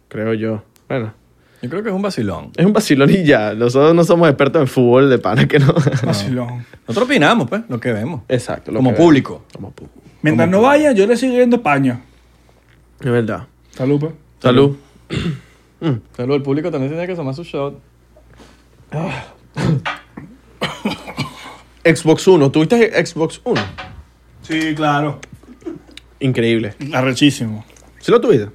Speaker 1: Creo yo. Bueno,
Speaker 3: Yo creo que es un vacilón.
Speaker 1: es un vacilón y ya. Nosotros no somos expertos en fútbol de pana que no.
Speaker 2: Ah, Vacilón.
Speaker 3: Nosotros opinamos, pues, lo que vemos.
Speaker 1: Exacto. lo
Speaker 3: Como
Speaker 1: que-
Speaker 3: público.
Speaker 1: Como público.
Speaker 2: Mientras no vaya, yo le sigo yendo paño.
Speaker 1: Es verdad.
Speaker 2: Salud, pues.
Speaker 1: Salud.
Speaker 3: Pero el público también tiene que tomar su shot.
Speaker 1: Xbox One. ¿Tuviste Xbox One?
Speaker 2: Sí, claro.
Speaker 1: Increíble.
Speaker 2: Arrechísimo.
Speaker 1: ¿Sí lo tuviste?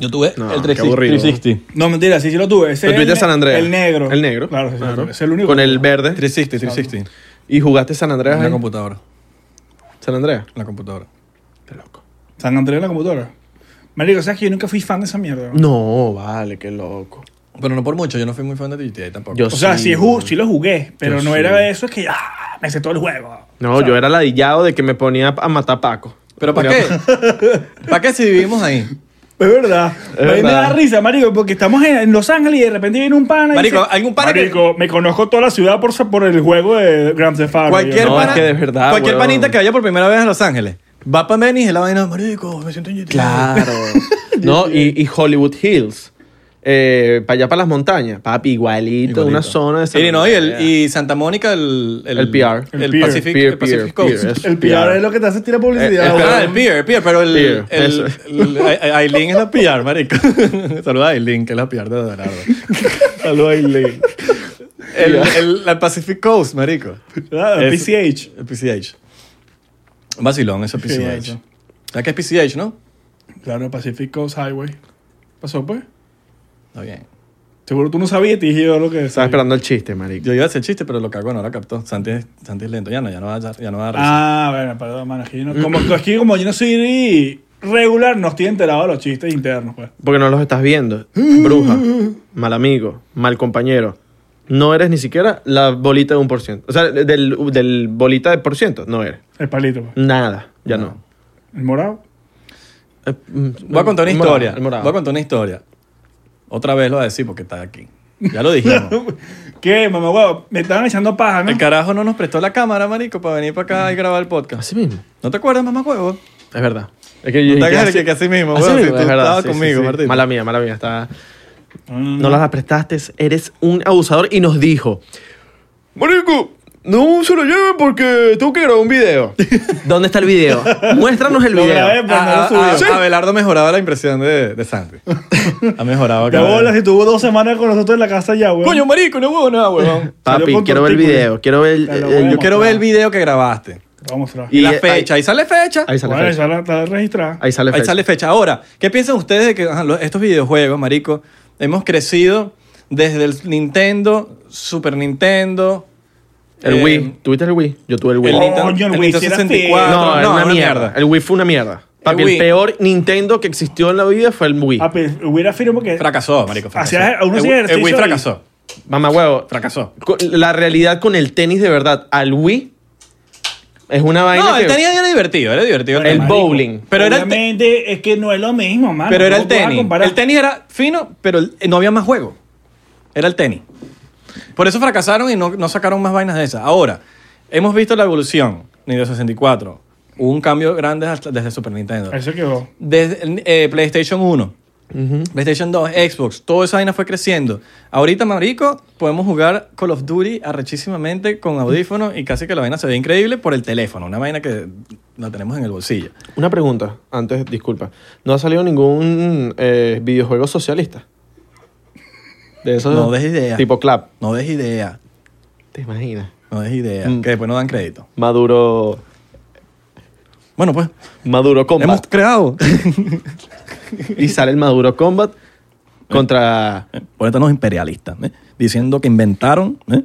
Speaker 3: Yo tuve
Speaker 1: No,
Speaker 3: el
Speaker 1: qué aburrido.
Speaker 3: 360.
Speaker 2: No, mentira, sí, sí lo tuve. Ese
Speaker 1: Lo
Speaker 2: es
Speaker 1: tuviste
Speaker 2: el-
Speaker 1: San Andreas.
Speaker 2: El negro.
Speaker 1: El negro.
Speaker 2: Claro, sí, sí, lo
Speaker 1: claro.
Speaker 2: tuve. es el único.
Speaker 1: Con el verde.
Speaker 3: 360, 360.
Speaker 1: Y jugaste San Andreas.
Speaker 3: En la
Speaker 1: ahí?
Speaker 3: computadora.
Speaker 1: San Andreas.
Speaker 3: En la computadora.
Speaker 1: Qué loco.
Speaker 2: San Andreas en la computadora. Marico, ¿sabes que yo nunca fui fan de esa mierda?
Speaker 1: No, vale, qué loco.
Speaker 3: Pero no por mucho, yo no fui muy fan de GTA tampoco.
Speaker 1: Yo
Speaker 2: O sea, sí, ju- sí lo jugué, pero
Speaker 1: Yo
Speaker 2: no
Speaker 1: sí.
Speaker 2: era de eso, es que ah, me sé todo el juego.
Speaker 1: No, yo era ladillado de que me ponía a matar a Paco.
Speaker 3: ¿Pero para qué? ¿Para qué si vivimos ahí?
Speaker 2: Es verdad. A mí me
Speaker 1: verdad.
Speaker 2: da risa, marico, porque estamos en- en Los Ángeles y de repente viene un pana y
Speaker 3: Marico,
Speaker 2: dice,
Speaker 3: hay un pana que-
Speaker 2: Marico, me conozco toda la ciudad por, por el juego de Grand Theft Auto.
Speaker 3: Cualquier,
Speaker 2: Yo,
Speaker 1: No, es
Speaker 3: pana-
Speaker 1: que de verdad,
Speaker 3: cualquier
Speaker 1: huevón.
Speaker 3: panita que vaya por primera vez a Los Ángeles va para Venice y la vaina, marico, me siento en GTA".
Speaker 1: no, y, y Hollywood Hills. Eh, para allá, para las montañas. Papi, igualito,
Speaker 3: Igualito.
Speaker 1: una zona de San
Speaker 3: Y, no, y, el- y Santa Mónica, el,
Speaker 1: El PR.
Speaker 3: El,
Speaker 2: El PR.
Speaker 3: Pacific,
Speaker 1: Pier,
Speaker 3: el Pacific
Speaker 1: pier,
Speaker 3: Coast.
Speaker 1: pier, es-
Speaker 5: El PR es lo que te hace tirar publicidad.
Speaker 1: Eh, eh,
Speaker 5: weón.
Speaker 3: Ah, el PR, el PR, pero el,
Speaker 1: Pier,
Speaker 3: el-
Speaker 1: eso.
Speaker 3: el- A- A- Aileen es la PR, marico. Saluda a Aileen, que es la PR de Donardo.
Speaker 1: Saludos a Aileen.
Speaker 3: El, el, la Pacific Coast, marico.
Speaker 2: Ah,
Speaker 3: Es-
Speaker 2: PCH.
Speaker 3: El PCH. Un Vacilón, eso es
Speaker 2: Sí,
Speaker 3: PCH.
Speaker 2: eso.
Speaker 3: ¿Sabes qué es PCH, no?
Speaker 2: Claro, Pacific Coast Highway. ¿Pasó, pues?
Speaker 3: Está bien.
Speaker 2: Seguro tú no sabías y te dije yo lo que
Speaker 1: Estaba
Speaker 2: sabía.
Speaker 1: esperando el chiste, marico.
Speaker 3: Yo iba a hacer chiste, pero lo cago, no la captó. Santi, es- Santi es lento, ya no, ya no va, a- ya no va a risa.
Speaker 2: Ah, bueno, perdón, mano. es que yo no- como, es que como yo no soy regular, no estoy enterado de los chistes internos, pues.
Speaker 1: Porque no los estás viendo. Bruja, mal amigo, mal compañero. No eres ni siquiera la bolita de un por ciento. O sea, del, del bolita de por ciento, no eres.
Speaker 2: El palito, pues.
Speaker 1: Nada, ya no.
Speaker 2: El morado.
Speaker 1: Eh, mm,
Speaker 3: Voy a contar una
Speaker 1: el morado,
Speaker 3: historia.
Speaker 1: el morado.
Speaker 3: Voy a contar una historia. Otra vez lo voy a decir porque está aquí. Ya lo dijimos.
Speaker 2: ¿Qué, mamá, huevo? Me estaban echando paja, ¿no?
Speaker 3: El carajo no nos prestó la cámara, marico, para venir para acá y grabar el podcast.
Speaker 1: Así mismo.
Speaker 3: ¿No te acuerdas, mamá huevo?
Speaker 1: Es verdad. Es que yo
Speaker 3: No te
Speaker 1: dije
Speaker 3: hagas que- que así mismo,
Speaker 1: así
Speaker 3: weón, si
Speaker 1: mismo,
Speaker 3: tú
Speaker 1: es verdad,
Speaker 3: estabas
Speaker 1: sí, sí,
Speaker 3: conmigo,
Speaker 1: sí.
Speaker 3: Martín.
Speaker 1: Mala mía, mala mía. Está...
Speaker 2: Mm.
Speaker 1: No las prestaste, eres un abusador y nos dijo: Marico, no se lo lleven porque tengo que grabar un video. ¿Dónde está el video? Muéstranos el
Speaker 2: Lo
Speaker 1: video.
Speaker 2: grabé, pero no
Speaker 3: Ah,
Speaker 2: lo subí.
Speaker 3: ah, ah, Abelardo mejoraba la impresión de, de Santi. Ha mejorado
Speaker 2: De
Speaker 3: acá.
Speaker 2: bolas y tuvo dos semanas con nosotros en la casa ya, güey.
Speaker 3: Coño, marico, no huevo nada, huevón.
Speaker 2: Salió
Speaker 1: Papi,
Speaker 2: con
Speaker 1: quiero ver el
Speaker 2: tortícolis.
Speaker 1: video. Quiero ver. el-
Speaker 2: Te lo
Speaker 1: el-
Speaker 2: voy a
Speaker 3: Yo quiero
Speaker 2: mostrar.
Speaker 3: ver el video que grabaste.
Speaker 2: Te voy a mostrar.
Speaker 3: Y,
Speaker 1: Y,
Speaker 3: la
Speaker 1: eh,
Speaker 3: fecha. Ahí, sale fecha.
Speaker 1: Ahí sale
Speaker 2: Bueno,
Speaker 1: fecha.
Speaker 2: ya la, está registrada.
Speaker 1: Ahí sale
Speaker 3: Ahí
Speaker 1: fecha.
Speaker 3: sale fecha. Ahora, ¿qué piensan ustedes de que ajá, lo- estos videojuegos, marico, hemos crecido desde el Nintendo, Super Nintendo,
Speaker 1: El
Speaker 3: eh,
Speaker 1: Wii. ¿Tuviste el Wii? Yo tuve el Wii.
Speaker 3: el
Speaker 2: Coño,
Speaker 3: Nintendo,
Speaker 2: el
Speaker 3: el
Speaker 2: Wii
Speaker 3: Nintendo
Speaker 2: sí era
Speaker 3: 64.
Speaker 1: no, era una, mierda. El Wii fue una mierda. Papi, el,
Speaker 3: Wii.
Speaker 1: peor Nintendo que existió en la vida fue el Wii.
Speaker 2: Ah, pero hubiera firme que.
Speaker 3: Fracasó, marico. Fracasó.
Speaker 2: Hacía- uno
Speaker 3: el,
Speaker 2: hacía
Speaker 3: Wii- el
Speaker 2: ejercicio
Speaker 3: Wii
Speaker 2: y-
Speaker 3: fracasó.
Speaker 1: Mamá huevo.
Speaker 3: Fracasó.
Speaker 1: Co- La realidad con el tenis de verdad al Wii es una vaina.
Speaker 3: No, el
Speaker 1: que-
Speaker 3: tenis era divertido, era divertido.
Speaker 1: El
Speaker 3: Marico.
Speaker 1: bowling.
Speaker 3: Pero era el, te-
Speaker 2: Obviamente, es que Ah, no es lo mismo, mano.
Speaker 3: pero era
Speaker 2: ¿Cómo
Speaker 3: el
Speaker 2: tú vas a
Speaker 3: tenis.
Speaker 2: comparar?
Speaker 3: El tenis era fino, pero el- no había más juego. Era el tenis. Por eso fracasaron y no, no sacaron más vainas de esas. Ahora, hemos visto la evolución. Nintendo 64. Hubo un cambio grande hasta- desde Super Nintendo.
Speaker 2: Eso quedó.
Speaker 3: Desde eh, PlayStation 1, PlayStation 2, Xbox, toda esa vaina fue creciendo. Ahorita, marico, podemos jugar Call of Duty arrechísimamente con audífonos y casi que la vaina se ve increíble por el teléfono. Una vaina que la tenemos en el bolsillo.
Speaker 1: Una pregunta, antes, disculpa. ¿No ha salido ningún eh, videojuego socialista? De esos.
Speaker 3: No des idea.
Speaker 1: Tipo Clap.
Speaker 3: No des idea,
Speaker 1: ¿Te imaginas?
Speaker 3: no des idea.
Speaker 1: Mm.
Speaker 3: Que después no dan crédito.
Speaker 1: Maduro.
Speaker 3: Bueno, pues,
Speaker 1: Maduro
Speaker 3: hemos
Speaker 1: Combat.
Speaker 3: creado.
Speaker 1: y sale el Maduro Combat contra.
Speaker 3: Ahorita los imperialistas, ¿eh? diciendo que inventaron ¿eh?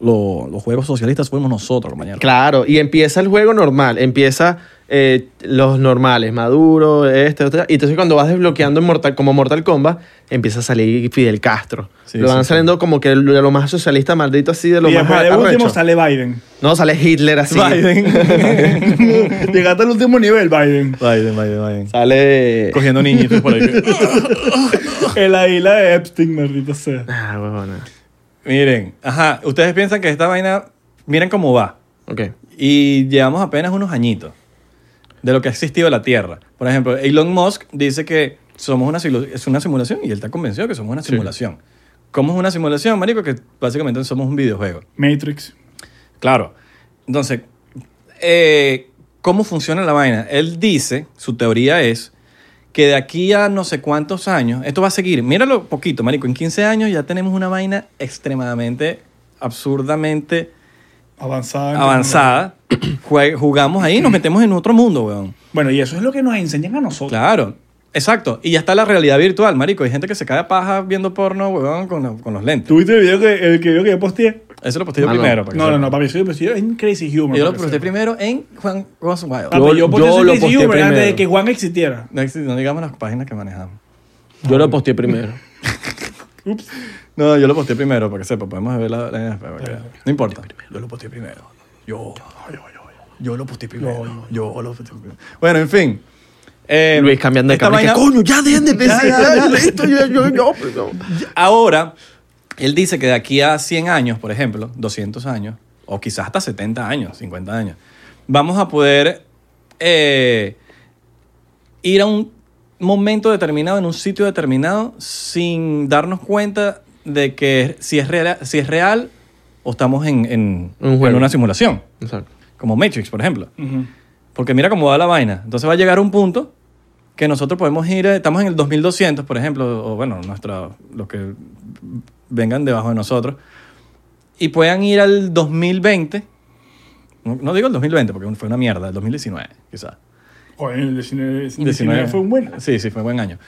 Speaker 3: Lo- los juegos socialistas, fuimos nosotros, mañana.
Speaker 1: Claro, y empieza el juego normal. Empieza eh, los normales, Maduro, este, otro. Y entonces cuando vas desbloqueando en Mortal, como Mortal Kombat, empieza a salir Fidel Castro.
Speaker 3: Sí,
Speaker 1: lo van
Speaker 3: sí,
Speaker 1: saliendo como que de lo más socialista, maldito así, de lo
Speaker 2: y
Speaker 1: más
Speaker 2: después de
Speaker 1: arrecho.
Speaker 2: último sale Biden.
Speaker 1: No, sale Hitler así.
Speaker 2: Llegaste al último nivel, Biden.
Speaker 3: Biden, Biden, Biden.
Speaker 1: Sale.
Speaker 3: Cogiendo niñitos por ahí.
Speaker 2: En la isla de Epstein, maldito sea.
Speaker 1: Ah, huevona.
Speaker 3: Miren, ajá, ustedes piensan que esta vaina, miren cómo va.
Speaker 1: Ok.
Speaker 3: Y llevamos apenas unos añitos de lo que ha existido la Tierra. Por ejemplo, Elon Musk dice que somos una, silu- es una simulación y él está convencido que somos una simulación. ¿Cómo es una simulación, marico? Que básicamente somos un videojuego.
Speaker 2: Matrix.
Speaker 3: Claro. Entonces, eh, ¿cómo funciona la vaina? Él dice, su teoría es, que de aquí a no sé cuántos años, esto va a seguir, míralo poquito, Marico, en 15 años ya tenemos una vaina extremadamente, absurdamente
Speaker 2: Avanzada. en
Speaker 3: avanzada. Jue- Jugamos ahí y nos metemos en otro mundo, weón.
Speaker 2: tecnología. Bueno, y eso es lo que nos enseñan a nosotros.
Speaker 3: Claro. Exacto. Y ya está la realidad virtual, Marico. Hay gente que se cae a paja viendo porno, weón, con, la- con los lentes.
Speaker 2: ¿Tuviste el video que, el que yo que yo posteé?
Speaker 3: Eso lo posté yo
Speaker 1: Mano.
Speaker 3: primero. para que
Speaker 2: No, no,
Speaker 3: sepa.
Speaker 2: no, papi, yo lo posteé en Crazy Humor.
Speaker 3: Yo lo
Speaker 2: para que
Speaker 3: posté
Speaker 2: sepa.
Speaker 3: primero en Juan Goes Wild.
Speaker 2: Papi,
Speaker 1: Yo-
Speaker 2: yo, posteé
Speaker 1: yo
Speaker 2: ese
Speaker 1: lo
Speaker 2: Crazy
Speaker 1: posteé
Speaker 2: Humor antes de
Speaker 1: primero.
Speaker 2: que Juan existiera.
Speaker 3: No, exi- no digamos las páginas que manejamos.
Speaker 1: Yo lo posteé primero.
Speaker 2: Ups.
Speaker 3: No, yo lo posteé primero para que sepa. Podemos ver la. la- la- la- la- no importa. Yo lo posteé primero. Yo. Yo lo posté primero. Yo lo posté primero. Bueno, en fin. Eh,
Speaker 1: Luis cambiando de
Speaker 3: esta
Speaker 1: cámara. y que,
Speaker 3: vaina-
Speaker 1: coño, ya dejen de pensar.
Speaker 3: Ya, ya, ya.
Speaker 1: Listo, yo, yo, yo, pues, no.
Speaker 3: Ahora, él dice que de aquí a 100 años, por ejemplo, 200 años, o quizás hasta 70 años, 50 años, vamos a poder eh, ir a un momento determinado, en un sitio determinado, sin darnos cuenta de que si es real, si es real o estamos en, en-
Speaker 1: Un juego.
Speaker 3: en una simulación,
Speaker 1: Exacto.
Speaker 3: como Matrix, por ejemplo.
Speaker 2: Ujú.
Speaker 3: Porque mira cómo va la vaina. Entonces va a llegar un punto que nosotros podemos ir, eh, estamos en el 2200, por ejemplo, o bueno, nuestra, los que vengan debajo de nosotros, y puedan ir al 2020, no, no digo el 2020 porque fue una mierda, el 2019 quizás.
Speaker 2: Coño, el 19, 19 fue un buen.
Speaker 3: Sí, sí, fue un buen año.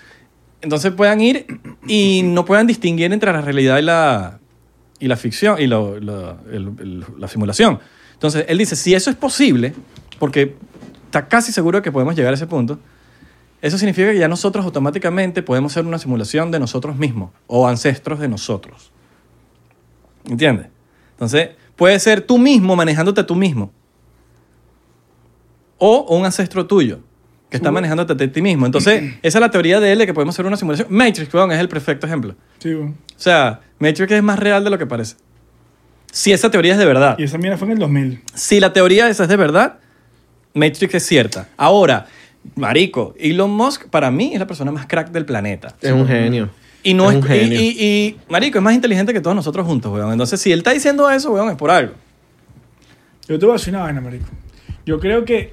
Speaker 3: Entonces puedan ir y no puedan distinguir entre la realidad y la, y la ficción y lo- lo- el- el- la simulación. Entonces él dice, si eso es posible, porque está casi seguro que podemos llegar a ese punto, eso significa que ya nosotros automáticamente podemos ser una simulación de nosotros mismos o ancestros de nosotros. ¿Entiendes? Entonces, puede ser tú mismo manejándote a tú mismo. O un ancestro tuyo que está manejándote a ti mismo. Entonces, esa es la teoría de él de que podemos ser una simulación. Matrix, weón, es el perfecto ejemplo.
Speaker 2: Sí, bueno.
Speaker 3: O sea, Matrix es más real de lo que parece. Si esa teoría es de verdad.
Speaker 2: Y esa mierda fue en el 2000.
Speaker 3: Si la teoría esa es de verdad, Matrix es cierta. Ahora, marico, Elon Musk para mí es la persona más crack del planeta.
Speaker 1: Es un genio.
Speaker 3: Y no es,
Speaker 1: un
Speaker 3: y,
Speaker 1: genio.
Speaker 3: y- y, marico, es más inteligente que todos nosotros juntos, weón. Entonces, si él está diciendo eso, weón, es por algo.
Speaker 2: Yo te voy a decir una vaina, marico. Yo creo que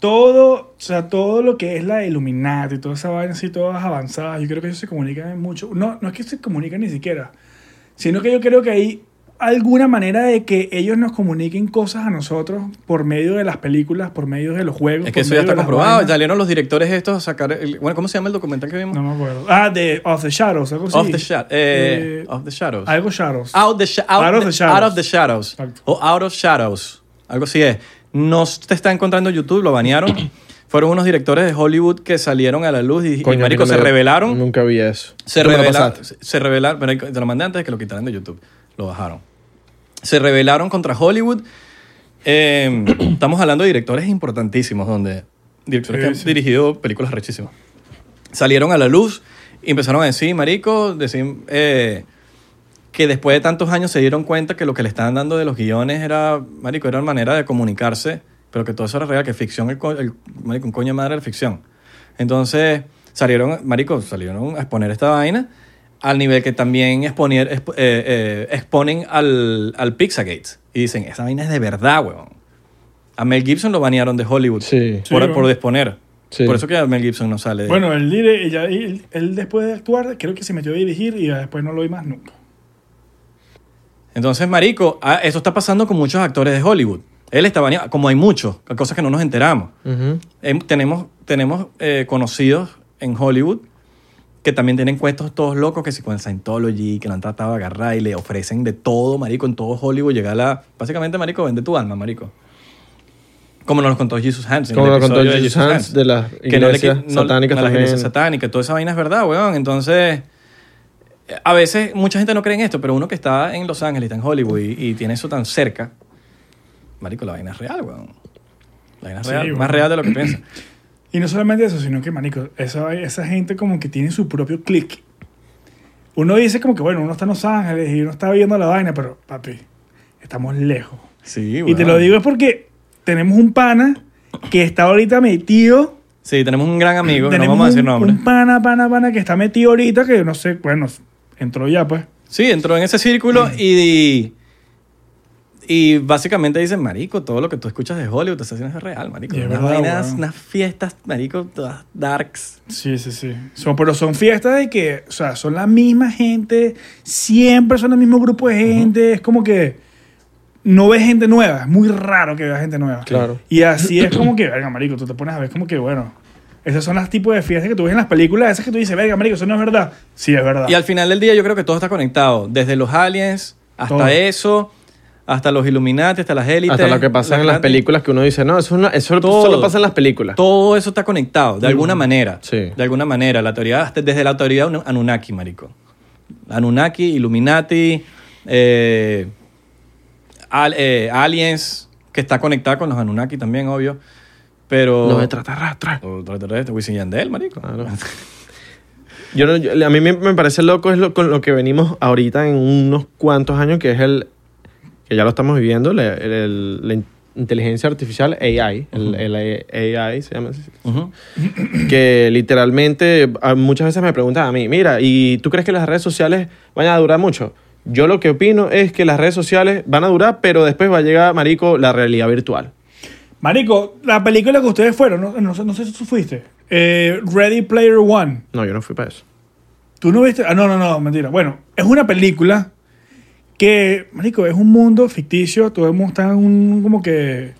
Speaker 2: todo, o sea, todo lo que es la Illuminati, toda esa vaina así, todas avanzadas, yo creo que ellos se comunican mucho. No, no es que se comunican ni siquiera, sino que yo creo que hay alguna manera de que ellos nos comuniquen cosas a nosotros por medio de las películas, por medio de los juegos.
Speaker 3: Es que
Speaker 2: por
Speaker 3: eso ya
Speaker 2: medio
Speaker 3: está
Speaker 2: de las
Speaker 3: comprobado.
Speaker 2: vainas.
Speaker 3: Ya salieron los directores estos a sacar... el- bueno, ¿cómo se llama el documental que vimos?
Speaker 2: No me acuerdo. Ah, de Of the Shadows, algo así.
Speaker 3: Off the Shadows. Ah, Eh,
Speaker 2: Eh,
Speaker 3: Off the Shadows.
Speaker 2: Algo Shadows.
Speaker 3: Out, the sha- out,
Speaker 2: Out of
Speaker 3: the-
Speaker 2: the shadows.
Speaker 3: out of the shadows.
Speaker 2: Exacto.
Speaker 3: O out of shadows. Algo así es. No te está encontrando YouTube, lo banearon. Fueron unos directores de Hollywood que salieron a la luz y, y,
Speaker 1: Coño,
Speaker 3: marico,
Speaker 1: a mí no
Speaker 3: se
Speaker 1: me-
Speaker 3: revelaron.
Speaker 1: Nunca vi eso.
Speaker 3: Se
Speaker 1: Tú me lo
Speaker 3: revelaron.
Speaker 1: pasaste.
Speaker 3: Se revelaron. Pero te lo mandé antes de que lo quitaran de YouTube. Lo bajaron. Se rebelaron contra Hollywood. Eh, estamos hablando de directores importantísimos, donde directores que han
Speaker 2: Sí, sí.
Speaker 3: dirigido películas rechísimas. Salieron a la luz y empezaron a decir, marico, decir eh, que después de tantos años se dieron cuenta que lo que le estaban dando de los guiones era, marico, era una manera de comunicarse, pero que todo eso era real, que ficción, el, co- el- marico, un coño de madre era ficción. Entonces salieron, marico, salieron a exponer esta vaina al nivel que también exponer, exp- eh, eh, exponen al, al Pizzagate. Y dicen, esa vaina es de verdad, weón. A Mel Gibson lo banearon de Hollywood
Speaker 1: Sí.
Speaker 3: por,
Speaker 2: Sí,
Speaker 3: por
Speaker 2: weón.
Speaker 3: exponer.
Speaker 1: Sí.
Speaker 3: Por eso que Mel Gibson no sale. de-
Speaker 2: Bueno, él, dire- ella- él, él después de actuar, creo que se metió a dirigir y ya después no lo vi más nunca.
Speaker 3: Entonces, marico, ah, eso está pasando con muchos actores de Hollywood. Él está baneado, como hay muchos, cosas que no nos enteramos.
Speaker 1: Ujú.
Speaker 3: Em, tenemos tenemos eh, conocidos en Hollywood que también tienen cuentos todos locos que si con el Scientology, que lo han tratado de agarrar y le ofrecen de todo, marico, en todo Hollywood. Llega la... Básicamente, marico, vende tu alma, marico. Como nos lo contó Jesus Hansen.
Speaker 1: Como
Speaker 3: el
Speaker 1: lo contó
Speaker 3: episodio
Speaker 1: Jesus Hans, de las
Speaker 3: que no le
Speaker 1: iglesias
Speaker 3: qui- no-
Speaker 1: satánicas
Speaker 3: a las
Speaker 1: también.
Speaker 3: iglesias satánicas. Toda esa vaina es verdad, weón. Entonces, eh, a veces mucha gente no cree en esto, pero uno que está en Los Ángeles, está en Hollywood y, y tiene eso tan cerca, marico, la vaina es real, weón. La vaina es
Speaker 2: Sí,
Speaker 3: real,
Speaker 2: weón.
Speaker 3: más real de lo que piensa.
Speaker 2: Y no solamente eso, sino que, manico, esa, esa gente como que tiene su propio click. Uno dice como que, bueno, uno está en Los Ángeles y uno está viendo la vaina, pero, papi, estamos lejos.
Speaker 3: Sí,
Speaker 2: Y te lo digo es porque tenemos un pana que está ahorita metido.
Speaker 3: Sí, tenemos un gran amigo, que no
Speaker 2: tenemos
Speaker 3: vamos a decir
Speaker 2: un,
Speaker 3: nombre.
Speaker 2: un pana, pana, pana que está metido ahorita que no sé, bueno, entró ya, pues.
Speaker 3: Sí, entró en ese círculo y. Y básicamente dicen, marico, todo lo que tú escuchas de Hollywood, esa vaina es real, marico.
Speaker 2: Y es
Speaker 3: Unas
Speaker 2: verdad,
Speaker 3: vainas,
Speaker 2: weón.
Speaker 3: unas fiestas, marico, todas darks.
Speaker 2: Sí, sí, sí. Son, pero son fiestas de que, o sea, son la misma gente, siempre son el mismo grupo de gente, es como que no ves gente nueva, es muy raro que veas gente nueva.
Speaker 1: Claro.
Speaker 2: Y así es como que, verga, marico, tú te pones a ver como que, bueno, esas son las tipos de fiestas que tú ves en las películas, esas que tú dices, verga, marico, eso no es verdad. Sí, es verdad.
Speaker 3: Y al final del día yo creo que todo está conectado. Desde los aliens hasta
Speaker 2: Todo.
Speaker 3: eso, hasta los Illuminati, hasta las élites.
Speaker 1: Hasta lo que pasa
Speaker 3: las
Speaker 1: en las
Speaker 3: grandes-
Speaker 1: películas que uno dice, no, eso, es una- eso
Speaker 3: Todo.
Speaker 1: solo pasa en las películas.
Speaker 3: Todo eso está conectado, de alguna manera.
Speaker 1: Sí.
Speaker 3: De alguna manera. La teoría, hasta desde la teoría Anu- Anunnaki, marico. Anunnaki, Illuminati, eh, al- eh, aliens, que está conectada con los Anunnaki también, obvio. Pero.
Speaker 1: Los extraterrestres.
Speaker 3: O extraterrestres, Wisin y Yandel, marico.
Speaker 1: Claro. Yo no- yo- a mí me, me parece loco es lo, con lo que venimos ahorita en unos cuantos años, que es el, que ya lo estamos viviendo, le- el- el- la in- inteligencia artificial AI, el, el AI se llama así.
Speaker 3: Ujú.
Speaker 1: que literalmente a- muchas veces me preguntan a mí, mira, ¿y tú crees que las redes sociales van a durar mucho? Yo lo que opino es que las redes sociales van a durar, pero después va a llegar, marico, la realidad virtual.
Speaker 2: Marico, la película que ustedes fueron, no, no sé- no sé si tú fuiste. eh, Ready Player One.
Speaker 1: No, yo no fui para eso.
Speaker 2: ¿Tú no viste? Ah, no, no, no, mentira. Bueno, es una película que, marico, es un mundo ficticio. Todo el mundo está en un, como que...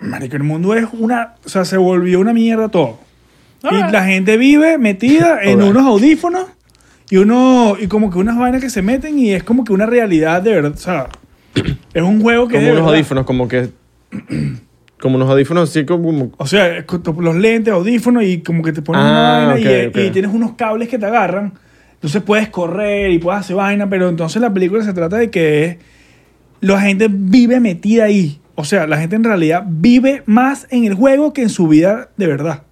Speaker 2: Marico, el mundo es una... O sea, se volvió una mierda todo. Y la gente vive metida en
Speaker 1: Alright.
Speaker 2: unos audífonos y uno... Y como que unas vainas que se meten y es como que una realidad de verdad. O sea, es un juego que... es
Speaker 1: Como
Speaker 2: de
Speaker 1: unos
Speaker 2: verdad.
Speaker 1: audífonos, como que... Como unos audífonos así como...
Speaker 2: O sea, es con tu- los lentes, audífonos y como que te pones
Speaker 1: Ah,
Speaker 2: una vaina y-
Speaker 1: ok,
Speaker 2: y,
Speaker 1: ok.
Speaker 2: tienes unos cables que te agarran. Entonces puedes correr y puedes hacer vaina, pero entonces la película se trata de que es- la gente vive metida ahí. O sea, la gente en realidad vive más en el juego que en su vida de verdad.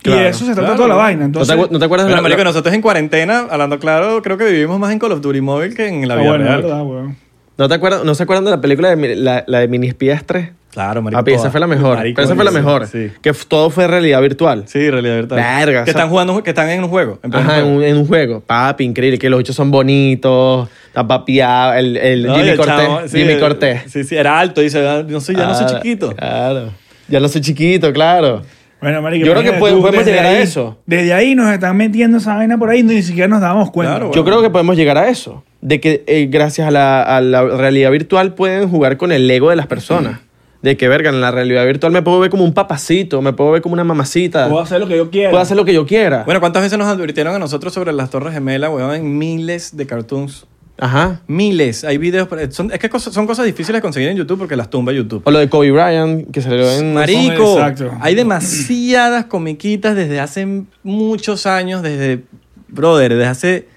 Speaker 2: y
Speaker 1: Claro,
Speaker 2: de eso se trata
Speaker 3: claro.
Speaker 2: toda la vaina.
Speaker 1: ¿No te,
Speaker 2: Entonces,
Speaker 1: acu- no te acuerdas
Speaker 3: Bueno,
Speaker 1: la-
Speaker 3: marico,
Speaker 1: la-
Speaker 3: nosotros en cuarentena, hablando claro, creo que vivimos más en Call of Duty Móvil que en la
Speaker 2: Ah,
Speaker 3: vida
Speaker 2: bueno, es
Speaker 3: real.
Speaker 2: verdad, weón.
Speaker 1: ¿No, te acuerdas, ¿No se acuerdan de la película de, mi- la, la de Mini Espías 3?
Speaker 3: Claro, marico.
Speaker 1: Papi, esa
Speaker 3: toda-
Speaker 1: fue la mejor.
Speaker 3: Marico,
Speaker 1: pero esa fue la
Speaker 3: sí,
Speaker 1: mejor.
Speaker 3: Sí,
Speaker 1: Que f- todo fue realidad virtual.
Speaker 3: sí realidad virtual.
Speaker 1: Verga,
Speaker 3: Que
Speaker 1: o sea-
Speaker 3: están jugando, que están en un juego. en pleno
Speaker 1: Ajá, en
Speaker 3: juego.
Speaker 1: un, en un juego. Papi, increíble. Que los ocho son bonitos. Está papiado. El, el
Speaker 3: No, y
Speaker 1: Jimmy
Speaker 3: el
Speaker 1: Cortés.
Speaker 3: chamo, sí,
Speaker 1: Jimmy
Speaker 3: el-
Speaker 1: Cortés.
Speaker 3: Sí, sí, era alto. Dice, "Ah, no soy, ya no soy
Speaker 1: Ah,
Speaker 3: chiquito.
Speaker 1: Claro. Ya no soy chiquito, claro.
Speaker 2: Bueno, marico,
Speaker 1: Yo creo que
Speaker 2: imagínate
Speaker 1: podemos-
Speaker 2: tú,
Speaker 1: podemos
Speaker 2: desde
Speaker 1: llegar a
Speaker 2: ahí-
Speaker 1: eso.
Speaker 2: Desde ahí nos están metiendo esa vaina por ahí y ni siquiera nos damos cuenta.
Speaker 3: Claro,
Speaker 1: Yo
Speaker 3: Bueno.
Speaker 1: creo que podemos llegar a eso. De que eh, gracias a la, a la realidad virtual pueden jugar con el ego de las personas. De que, verga, en la realidad virtual me puedo ver como un papacito, me puedo ver como una mamacita.
Speaker 2: Puedo hacer lo que yo quiera.
Speaker 1: Puedo hacer lo que yo quiera.
Speaker 3: Bueno, ¿cuántas veces nos advirtieron a nosotros sobre las Torres Gemelas, weón? En miles de cartoons.
Speaker 1: Ajá.
Speaker 3: Miles. Hay videos. pero Son, es que cosas- son cosas difíciles de conseguir en YouTube porque las tumba YouTube.
Speaker 1: O lo de Kobe Bryant, que salió en...
Speaker 3: Marico,
Speaker 2: Exacto.
Speaker 3: hay demasiadas comiquitas desde hace muchos años, desde, brother, desde hace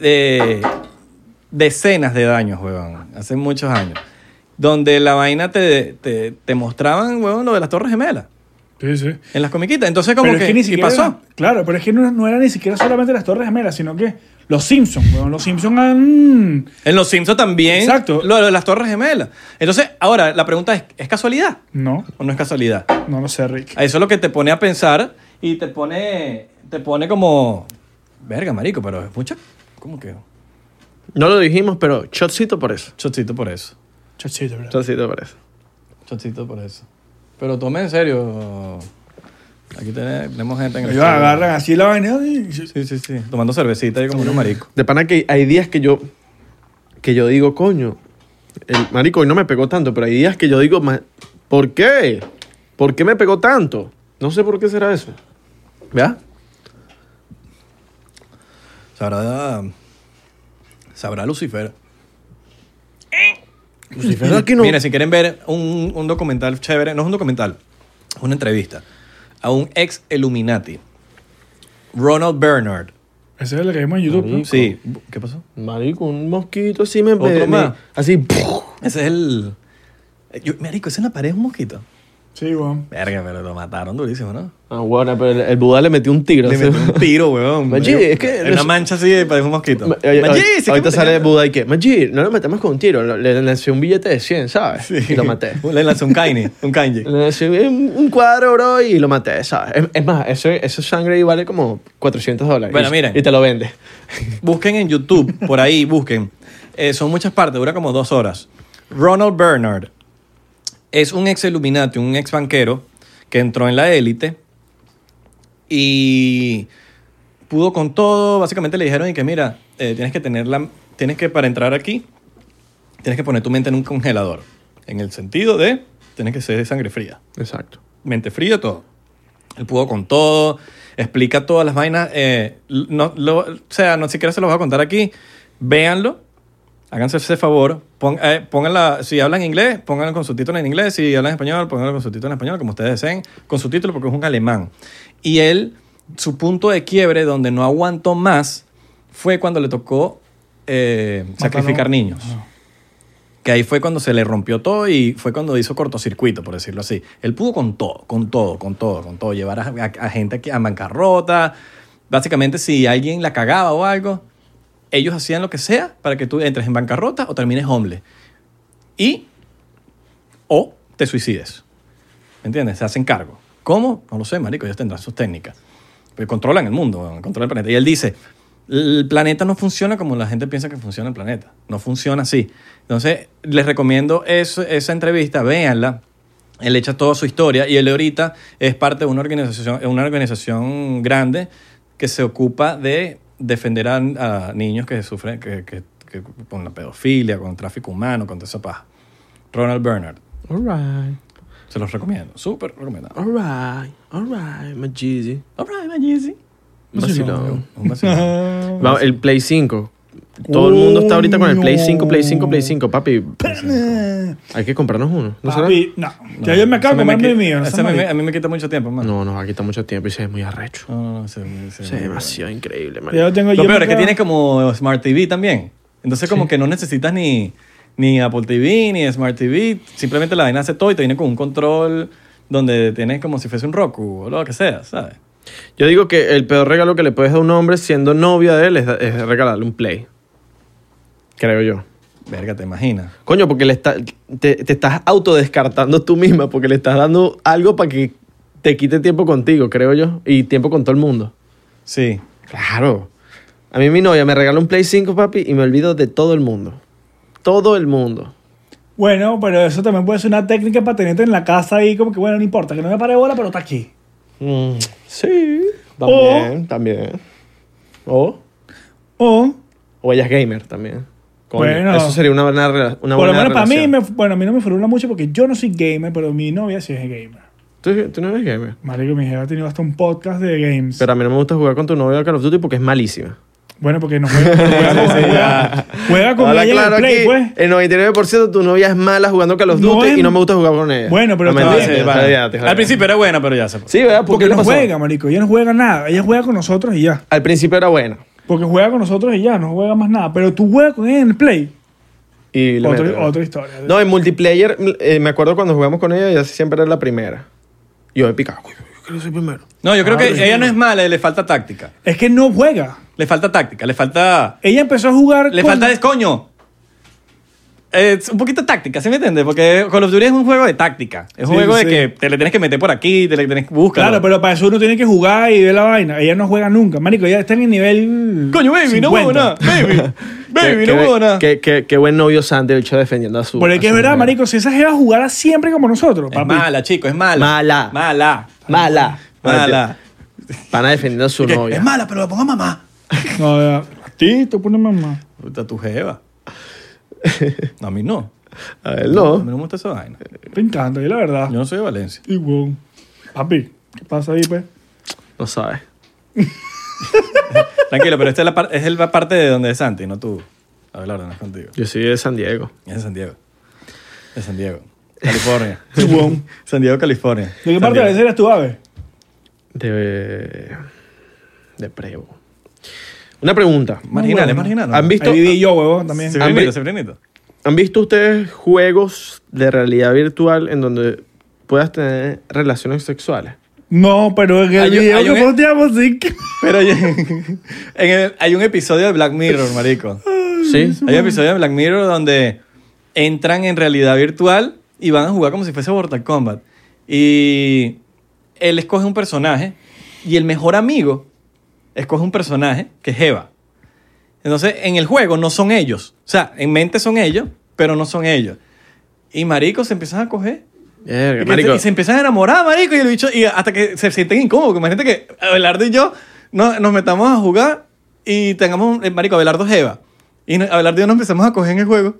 Speaker 3: eh, decenas de años, weón, hace muchos años, donde la vaina te, te, te mostraban, weón, lo de las Torres Gemelas,
Speaker 2: Sí, sí.
Speaker 3: en las comiquitas. Entonces, como
Speaker 2: pero
Speaker 3: que,
Speaker 2: es que ni
Speaker 3: ¿y
Speaker 2: siquiera
Speaker 3: pasó?
Speaker 2: era- claro, pero es que no, no era ni siquiera solamente las Torres Gemelas, sino que los Simpsons, weón. Los Simpsons han.
Speaker 3: En Los Simpsons también,
Speaker 2: Exacto.
Speaker 3: lo de las Torres Gemelas. Entonces, ahora, la pregunta es, ¿es casualidad
Speaker 2: No,
Speaker 3: o no es casualidad?
Speaker 2: no lo sé, Rick.
Speaker 3: A Eso es lo que te pone a pensar y te pone, te pone como, verga, marico, pero es mucha, como que,
Speaker 1: No lo dijimos, pero shotcito por eso.
Speaker 3: chocito por eso,
Speaker 2: Chachito, bro.
Speaker 1: Shotcito por eso.
Speaker 3: chocito por eso. Pero tome en serio, aquí tene- tenemos gente en el
Speaker 2: Ellos
Speaker 3: estudio.
Speaker 2: agarran así la vaina. y-
Speaker 3: Sí, sí, sí, tomando cervecita y como un marico.
Speaker 1: De pana que hay días que yo que yo digo, coño, el marico hoy no me pegó tanto, pero hay días que yo digo, "Ma- ¿por qué? ¿Por qué me pegó tanto? No sé por qué será eso. ¿Verdad?
Speaker 3: Sabrá, sabrá Lucifer.
Speaker 1: Lucifer aquí no.
Speaker 3: Mira, si quieren ver un, un documental chévere, no es un documental, es una entrevista a un ex Illuminati, Ronald Bernard.
Speaker 2: Ese es el que vimos en YouTube. ¿no?
Speaker 3: Sí, ¿qué pasó?
Speaker 1: Marico, un mosquito así me
Speaker 3: Otro
Speaker 1: me-
Speaker 3: más.
Speaker 1: Así.
Speaker 3: Ese es el. eh, Yo, marico, ese en la pared es un mosquito.
Speaker 2: Sí, weón.
Speaker 3: Verga, pero lo mataron durísimo, ¿no?
Speaker 1: Ah, bueno, pero el, el Buda le metió un tiro.
Speaker 3: Le
Speaker 1: así.
Speaker 3: metió un tiro, weón.
Speaker 1: Maggi,
Speaker 3: Marico,
Speaker 1: es que-
Speaker 3: en Una mancha así y parece un mosquito.
Speaker 1: Ma- oye,
Speaker 3: Maggi,
Speaker 1: ahor-
Speaker 3: sí,
Speaker 1: ahorita
Speaker 3: que-
Speaker 1: sale Buda y que, Maggi, no lo metemos con un tiro, lo- le lancé un billete de 100, ¿sabes?
Speaker 3: Sí.
Speaker 1: Y lo maté.
Speaker 3: Le lanzó un kaini, un kanji.
Speaker 1: Le subí un un cuadro, bro, y lo maté, ¿sabes? Es, es más, eso, eso sangre ahí vale como 400 dólares.
Speaker 3: Bueno,
Speaker 1: y,
Speaker 3: miren.
Speaker 1: Y te lo vende.
Speaker 3: Busquen en YouTube, por ahí, busquen. Eh, son muchas partes, dura como dos horas. Ronald Bernard es un ex Illuminati, un ex banquero que entró en la élite y pudo con todo. Básicamente le dijeron y que mira, eh, tienes que tener la, tienes que para entrar aquí, tienes que poner tu mente en un congelador, en el sentido de tienes que ser de sangre fría
Speaker 1: Exacto.
Speaker 3: mente fría, todo. Él pudo con todo, explica todas las vainas. eh, no, lo- o sea, no siquiera se los voy a contar aquí. Véanlo, háganse ese favor. pon- eh, pónganla, si hablan inglés, pónganlo con subtítulos en inglés. Si hablan español, pónganlo con subtítulos en español, como ustedes deseen, con subtítulos porque es un alemán. Y él, su punto de quiebre, donde no aguantó más, fue cuando le tocó eh, sacrificar niños. Que ahí fue cuando se le rompió todo y fue cuando hizo cortocircuito, por decirlo así. Él pudo con todo, con todo, con todo, con todo. Llevar a, a- a gente aquí a bancarrota. Básicamente, si alguien la cagaba o algo, ellos hacían lo que sea para que tú entres en bancarrota o termines homeless. Y o te suicides. ¿Me entiendes? Se hacen cargo. ¿Cómo? No lo sé, marico, ellos tendrán sus técnicas. Pero controlan el mundo, weón, controlan el planeta. Y él dice, el planeta no funciona como la gente piensa que funciona el planeta. No funciona así. Entonces, les recomiendo eso- esa entrevista, véanla. Él echa toda su historia y él ahorita es parte de una organización, una organización grande que se ocupa de defender a, a niños que sufren que, que- que con la pedofilia, con el tráfico humano, con toda esa paja. Ronald Bernard.
Speaker 1: Alright,
Speaker 3: Se los recomiendo. Súper recomendado.
Speaker 1: alright, alright, my Jeezy.
Speaker 3: All right, my Yeezy.
Speaker 1: Vacilón.
Speaker 3: Un vacilón.
Speaker 1: Va, el Play 5. Todo el mundo está ahorita con el Play 5, Play 5, Play 5. Papi, hay que comprarnos uno. ¿No será?
Speaker 2: Papi, no. Ya yo me acabo de
Speaker 3: Ese
Speaker 2: comer
Speaker 3: qui-
Speaker 2: mi mío. no
Speaker 3: ese
Speaker 2: seas
Speaker 3: me-
Speaker 2: marico.
Speaker 3: a mí me quita mucho tiempo, mano.
Speaker 1: No, no, aquí está mucho tiempo y se ve muy arrecho.
Speaker 3: No, no, no. ese- ese-
Speaker 1: Se ve demasiado increíble, man.
Speaker 2: Ya yo tengo
Speaker 3: Lo
Speaker 2: yo me
Speaker 3: peor es que
Speaker 2: acabo-
Speaker 3: tiene como Smart TV también. Entonces, como que no necesitas ni, ni Apple TV, ni Smart TV. Simplemente la vaina hace todo y te viene con un control donde tienes como si fuese un Roku o lo que sea, ¿sabes?
Speaker 1: Yo digo que el peor regalo que le puedes dar a un hombre siendo novia de él es, es regalarle un Play. Creo yo.
Speaker 3: Verga, te imaginas.
Speaker 1: Coño, porque le está- te, te estás autodescartando tú misma, porque le estás dando algo para que te quite tiempo contigo, creo yo, y tiempo con todo el mundo.
Speaker 3: Sí.
Speaker 1: Claro. A mí mi novia me regaló un Play 5, papi, y me olvido de todo el mundo. Todo el mundo.
Speaker 2: Bueno, pero eso también puede ser una técnica para tenerte en la casa ahí, como que bueno, no importa, que no me pare bola, pero está aquí.
Speaker 1: Mm, sí. Oh. También, también. O,
Speaker 2: O,
Speaker 1: o ella es gamer también. Coño,
Speaker 2: Bueno.
Speaker 1: eso sería una buena, rela- una
Speaker 2: por
Speaker 1: buena
Speaker 2: lo menos para mí,
Speaker 1: relación.
Speaker 2: me- bueno, a mí no me furula mucho porque yo no soy gamer, pero mi novia sí es gamer.
Speaker 1: ¿Tú, tú no eres gamer.
Speaker 2: Marico, mi jefa ha tenido hasta un podcast de games.
Speaker 1: Pero a mí no me gusta jugar con tu novia Call of Duty porque es malísima.
Speaker 2: bueno, porque no juega, juega, con- juega, juega con ella en el play, pues.
Speaker 1: el 99% de tu novia es mala jugando Call of
Speaker 2: No
Speaker 1: Duty
Speaker 2: es-
Speaker 1: y no me gusta jugar con ella.
Speaker 2: Bueno, pero
Speaker 1: no,
Speaker 2: también-
Speaker 1: mentira,
Speaker 3: Sí,
Speaker 1: te
Speaker 3: eh, vale.
Speaker 1: jodía, te jodía.
Speaker 3: Al principio era buena, pero ya se
Speaker 1: Sí, ¿verdad? ¿Por
Speaker 2: Porque
Speaker 1: qué le
Speaker 2: no
Speaker 1: pasó?
Speaker 2: juega, marico. Ella no juega nada. Ella juega con nosotros y ya.
Speaker 1: Al principio era buena.
Speaker 2: Porque juega con nosotros y ya, no juega más nada. Pero tú juegas con ella en el play.
Speaker 1: Y le
Speaker 2: Otro-
Speaker 1: mete, ¿verdad?
Speaker 2: otra historia.
Speaker 1: No, en multiplayer, eh, me acuerdo cuando jugamos con ella, ella siempre era la primera. Y yo me picaba. "Uy, Yo quiero ser primero.
Speaker 3: No, yo
Speaker 2: Ah,
Speaker 3: creo que ella no es mala, le falta táctica.
Speaker 2: Es que no juega.
Speaker 3: Le falta táctica, le falta...
Speaker 2: Ella empezó a jugar.
Speaker 3: Le
Speaker 2: con-
Speaker 3: falta es coño. Es un poquito táctica, ¿sí me entiendes? Porque Call of Duty es un juego de táctica. Es un
Speaker 2: Sí,
Speaker 3: juego
Speaker 2: sí.
Speaker 3: de que te le tienes que meter por aquí, te le tienes que buscar.
Speaker 2: Claro, pero para eso uno tiene que jugar y ver la vaina. Ella no juega nunca. Marico, ella está en el nivel.
Speaker 3: Coño, baby, no
Speaker 2: 50.
Speaker 3: huevo nada. Baby,
Speaker 1: Qué-
Speaker 3: baby,
Speaker 1: qué-
Speaker 3: no huevo nada.
Speaker 1: Qué, qué- qué buen novio Sandy, el hecho defendiendo a su.
Speaker 2: Porque es que
Speaker 1: a
Speaker 2: es
Speaker 1: su
Speaker 2: verdad,
Speaker 1: mujer.
Speaker 2: marico, si esa jeva jugara siempre como nosotros,
Speaker 3: Es
Speaker 2: papi.
Speaker 3: mala, chico, es mala.
Speaker 1: Mala.
Speaker 3: Mala.
Speaker 1: Mala.
Speaker 3: Mala.
Speaker 1: Pana defendiendo a su
Speaker 3: Que
Speaker 1: novia.
Speaker 3: Es mala, pero la pongo a mamá.
Speaker 2: No, ya. a ti te pone mamá.
Speaker 3: Puta, tu jeva. No, a mí no.
Speaker 1: A ver,
Speaker 3: A mí
Speaker 1: no.
Speaker 3: no me gusta esa vaina.
Speaker 2: Te encanta, y la verdad.
Speaker 3: Yo no soy de Valencia.
Speaker 2: Y weón. Papi, ¿qué pasa ahí, pues?
Speaker 1: No sabes.
Speaker 3: Tranquilo, pero esta es la, par- es la parte de donde es Santi, no tú. A ver, la verdad, no es contigo.
Speaker 1: Yo soy de San Diego.
Speaker 3: Es de San Diego. De San Diego. California.
Speaker 2: Chubón.
Speaker 3: San Diego, California.
Speaker 2: ¿De qué
Speaker 3: San
Speaker 2: parte de
Speaker 3: Diego.
Speaker 2: Valencia eres tú, ave?
Speaker 1: De. De Prevo. Una pregunta.
Speaker 3: Marginal,
Speaker 2: Bueno,
Speaker 3: es marginal. ¿no?
Speaker 1: ¿Han visto,
Speaker 2: Ahí viví yo, huevón, también.
Speaker 1: Ah,
Speaker 3: Sebrinito,
Speaker 1: vi-
Speaker 3: Sebrinito.
Speaker 1: ¿Han visto ustedes juegos de realidad virtual en donde puedas tener relaciones sexuales?
Speaker 2: No, pero en el
Speaker 3: Hay un-
Speaker 2: video
Speaker 3: hay un- e-
Speaker 2: que posteamos, sí que-
Speaker 3: Pero hay, en el- hay un episodio de Black Mirror, marico.
Speaker 1: Sí.
Speaker 3: Hay un episodio de Black Mirror donde entran en realidad virtual y van a jugar como si fuese Mortal Kombat. Y él escoge un personaje y el mejor amigo escoge un personaje que es Eva. Entonces, en el juego no son ellos. O sea, en mente son ellos, pero no son ellos. Y marico, se empiezan a coger.
Speaker 1: Verga,
Speaker 3: Y que
Speaker 1: Eh, marico.
Speaker 3: se- Y se empiezan a enamorar, marico, y el bicho, y hasta que se sienten incómodos. que Imagínate que Abelardo y yo no- nos metamos a jugar y tengamos, un- eh, marico, Abelardo es Eva. Y no- Abelardo y yo nos empezamos a coger en el juego.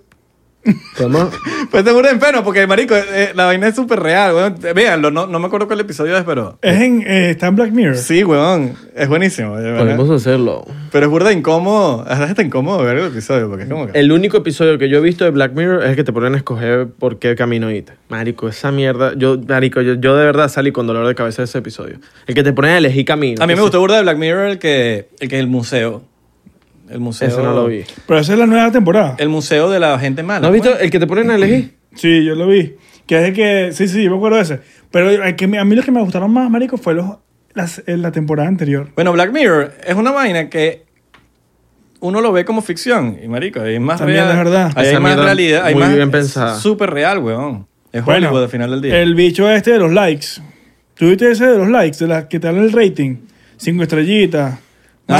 Speaker 1: Podemos-
Speaker 3: Pues te mueres en pena, porque, marico, eh, la vaina es súper real, weón. Véanlo, no, no me acuerdo cuál episodio es, pero...
Speaker 2: Es en, eh, está en Black Mirror.
Speaker 3: Sí, weón, es buenísimo. de verdad.
Speaker 1: Podemos hacerlo.
Speaker 3: Pero es burda incómodo, ahora está incómodo ver el episodio, porque es como que...
Speaker 1: El único episodio que yo he visto de Black Mirror es el que te ponen a escoger por qué camino irte. Marico, esa mierda. Yo, marico, yo, yo de verdad salí con dolor de cabeza de ese episodio. El que te ponen a elegir camino.
Speaker 3: A mí me
Speaker 1: Que
Speaker 3: gustó burda de Black Mirror el que el, que el museo. El museo.
Speaker 1: Ese no lo vi.
Speaker 2: Pero esa es la nueva temporada.
Speaker 3: El museo de la gente mala.
Speaker 1: ¿No has
Speaker 3: pues.
Speaker 1: visto el que te ponen a elegir?
Speaker 2: Sí, yo lo vi. Que es el que. Sí, sí, yo me acuerdo de ese. Pero el que me- a mí los que me gustaron más, marico, fue los, las, en la temporada anterior.
Speaker 3: Bueno, Black Mirror es una vaina que uno lo ve como ficción. Y marico, hay más
Speaker 2: También
Speaker 3: real-
Speaker 2: es verdad.
Speaker 3: ahí Hay,
Speaker 1: Esa
Speaker 3: más
Speaker 1: mierda
Speaker 3: realidad. Hay
Speaker 1: muy
Speaker 3: más,
Speaker 1: bien pensada.
Speaker 3: es Súper real, weón. Es
Speaker 2: Bueno,
Speaker 3: Hollywood al final del día.
Speaker 2: El bicho este de los likes. ¿Tuviste ese de los likes? De las que te dan el rating. Cinco estrellitas.
Speaker 3: Ah,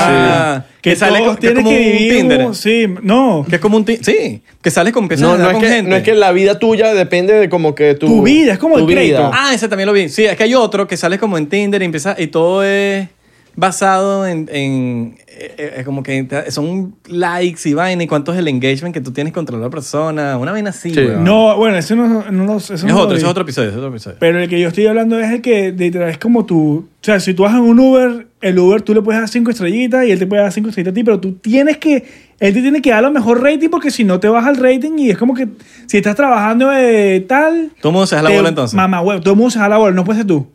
Speaker 2: más,
Speaker 3: sí. Que sale
Speaker 2: todos
Speaker 3: co- que es
Speaker 2: tienen
Speaker 3: como un Tinder.
Speaker 2: un- Sí, no.
Speaker 3: Que es como un... ti- Sí, que sales con empiezas a
Speaker 1: No, no es,
Speaker 3: hablar con
Speaker 1: que,
Speaker 3: gente.
Speaker 1: no es que la vida tuya depende de como que tu...
Speaker 2: Tu vida, es como
Speaker 1: tu
Speaker 2: el crédito.
Speaker 1: vida.
Speaker 3: Ah, ese también lo vi. Sí, es que hay otro que sale como en Tinder y empieza y todo es basado en, en- eh, eh, es como que te- son likes y vaina y cuánto es el engagement que tú tienes contra la persona, una vaina así.
Speaker 1: Sí.
Speaker 3: weón.
Speaker 2: No, bueno, ese no, no lo- eso no
Speaker 3: es
Speaker 2: lo
Speaker 3: otro,
Speaker 2: vi.
Speaker 3: ese es otro episodio, ese es otro episodio.
Speaker 2: Pero el que yo estoy hablando es el que literal es como tú. O sea, si tú vas en un Uber, el Uber tú le puedes dar cinco estrellitas y él te puede dar cinco estrellitas a ti, pero tú tienes que. Él te tiene que dar lo mejor rating porque si no te vas al rating y es como que si estás trabajando de tal.
Speaker 3: Todo el mundo se da la
Speaker 2: te-
Speaker 3: bola entonces.
Speaker 2: Mamá, huevo, todo el mundo se da la bola, no puedes ser tú.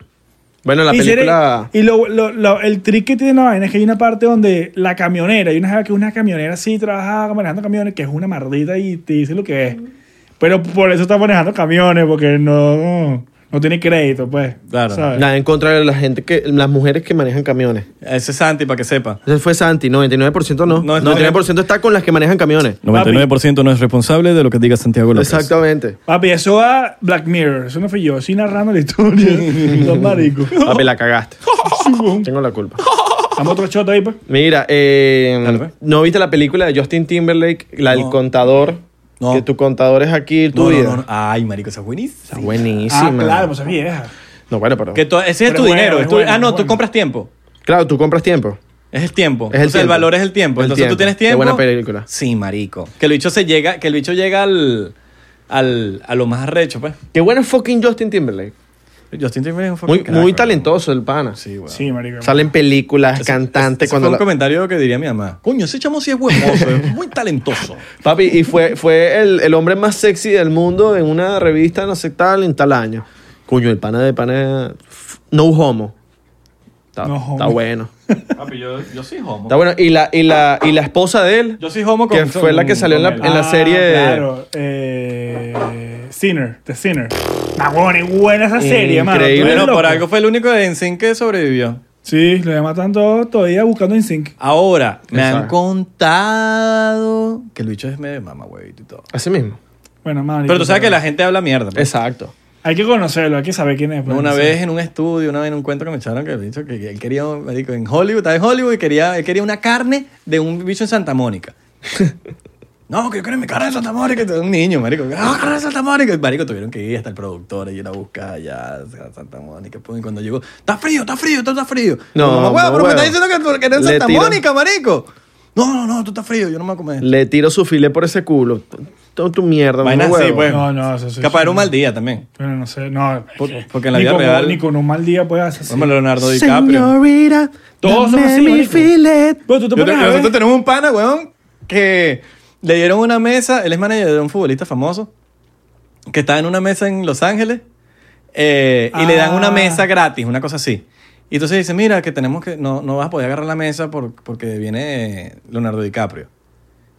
Speaker 1: Bueno, la
Speaker 2: y si eres-
Speaker 1: película...
Speaker 2: y lo- lo- lo- el trick que tiene la vaina es que hay una parte donde la camionera, hay una jeva que es una camionera así, trabaja manejando camiones, que es una mardita y te dice lo que es. Pero por eso está manejando camiones, porque no, no tiene crédito, pues.
Speaker 3: Claro.
Speaker 2: ¿sabes?
Speaker 1: Nada en contra de la gente que... Las mujeres que manejan camiones.
Speaker 3: Ese es Santi para que sepa.
Speaker 1: Ese fue Santi, 99% no.
Speaker 3: No, es-
Speaker 1: 99% está con las que manejan camiones.
Speaker 3: 99% no es responsable de lo que diga Santiago
Speaker 1: Exactamente.
Speaker 2: Papi, eso a Black Mirror, eso no fui yo, sí narrando la historia. Los maricos.
Speaker 1: Papi, la cagaste. Tengo la culpa.
Speaker 2: Dame otro shot ahí, pues.
Speaker 1: Mira, eh,
Speaker 3: Dale, pues.
Speaker 1: ¿no viste la película de Justin Timberlake? La del
Speaker 3: No.
Speaker 1: contador.
Speaker 3: No.
Speaker 1: Que tu contador es aquí, tu
Speaker 3: No, no,
Speaker 1: vida.
Speaker 3: no, no. Ay, marico, esa es buenísima.
Speaker 1: Está buenísima.
Speaker 2: Ah, claro, pues es vieja.
Speaker 1: No, bueno, pero...
Speaker 3: Que tú- ese es
Speaker 2: Pero
Speaker 3: tu
Speaker 2: bueno,
Speaker 3: dinero.
Speaker 2: es
Speaker 3: es tu-
Speaker 2: bueno,
Speaker 3: ah, no,
Speaker 2: es
Speaker 3: tú
Speaker 2: bueno.
Speaker 3: compras tiempo.
Speaker 1: Claro, tú compras tiempo.
Speaker 3: Es el tiempo.
Speaker 1: Es el
Speaker 3: Entonces, el
Speaker 1: tiempo.
Speaker 3: valor es el tiempo.
Speaker 1: El
Speaker 3: Entonces
Speaker 1: tiempo.
Speaker 3: tú tienes
Speaker 1: Qué
Speaker 3: tiempo.
Speaker 1: buena película.
Speaker 3: Sí, marico. Que el bicho se llega, que el bicho llega al, al, a lo más arrecho, pues.
Speaker 1: Qué bueno es fucking Justin Timberlake.
Speaker 3: Justin Timberlake es un fucking
Speaker 1: Muy,
Speaker 3: crack,
Speaker 1: muy
Speaker 3: weón.
Speaker 1: talentoso el pana.
Speaker 3: Sí, weón.
Speaker 2: Sí, marico.
Speaker 1: Sale en películas, cantante.
Speaker 3: Ese
Speaker 1: cuando
Speaker 3: fue un
Speaker 1: la-
Speaker 3: comentario que diría mi mamá. Coño, ese chamo sí es buen mozo, es muy talentoso.
Speaker 1: Papi, y fue, fue el, el hombre más sexy del mundo en una revista, no sé tal, en tal año. Coño, el pana de pana. No homo. Está,
Speaker 2: No homo.
Speaker 1: está bueno.
Speaker 3: Papi, yo, yo soy homo.
Speaker 1: Está bueno. Y la, y la, y la esposa de él.
Speaker 3: Yo soy homo con-
Speaker 1: Que fue la que salió en la,
Speaker 3: con
Speaker 1: en la
Speaker 2: Ah,
Speaker 1: serie.
Speaker 2: Claro, eh, Sinner, The Sinner. Magones, buena esa serie, mano.
Speaker 1: Increíble.
Speaker 2: Tú eres
Speaker 3: Bueno,
Speaker 2: loco.
Speaker 3: por algo fue el único de NSYNC que sobrevivió.
Speaker 2: Sí, lo llama tanto todavía buscando en Sync.
Speaker 3: Ahora, me han
Speaker 1: Exacto.
Speaker 3: contado que el bicho es medio mamá, y todo.
Speaker 1: Así mismo.
Speaker 2: Bueno, mano.
Speaker 3: Pero tú sabes que la gente habla mierda. pues.
Speaker 1: Exacto.
Speaker 2: Hay que conocerlo, hay que saber quién es. pues,
Speaker 3: Una
Speaker 2: no sé.
Speaker 3: vez en un estudio, una vez en un cuento que me echaron que el bicho que que él quería, marico, en Hollywood, estaba en Hollywood y quería, él quería una carne de un bicho en Santa Mónica. no, que yo quiero mi carne de Santa Mónica, un niño, marico, ah, carne de Santa Mónica. Y, Marico, tuvieron que ir hasta el productor y ir a buscar allá a Santa Mónica. pum, Y cuando llegó, está frío, está frío, está, está frío.
Speaker 1: No,
Speaker 3: Y yo, mamá,
Speaker 1: no,
Speaker 3: pero me
Speaker 1: huevo.
Speaker 3: está diciendo que, que era en
Speaker 1: Le
Speaker 3: Santa
Speaker 1: tiró-
Speaker 3: Mónica, marico. No, no, no, tú estás frío, yo no me voy a comer.
Speaker 1: Le tiro su filé por ese culo. Todo tu mierda.
Speaker 3: Vaina
Speaker 1: mamá
Speaker 3: así,
Speaker 1: huevo.
Speaker 3: pues.
Speaker 2: No, no, eso sí.
Speaker 3: Capaz
Speaker 2: sí,
Speaker 3: era un
Speaker 2: no.
Speaker 3: mal día también.
Speaker 2: Bueno, no sé, no.
Speaker 3: Por- porque en la
Speaker 2: ni
Speaker 3: vida
Speaker 2: con-
Speaker 3: real-
Speaker 2: Ni con un mal día puedes hacer así.
Speaker 3: Vamos, Leonardo DiCaprio.
Speaker 1: Señorita,
Speaker 2: Todos son
Speaker 1: dame
Speaker 2: así,
Speaker 1: mi
Speaker 2: marico.
Speaker 1: filet.
Speaker 2: Pero Pues, tú te
Speaker 3: Yo te-
Speaker 2: pones a
Speaker 3: nosotros
Speaker 2: ver-
Speaker 3: tenemos un pana, weón, que le dieron una mesa, él es manager de un futbolista famoso, que estaba en una mesa en Los Ángeles, eh, y le dan una
Speaker 2: Ah.
Speaker 3: mesa gratis, una cosa así. Y entonces dice, mira, que tenemos que, no, no vas a poder agarrar la mesa por- porque viene Leonardo DiCaprio.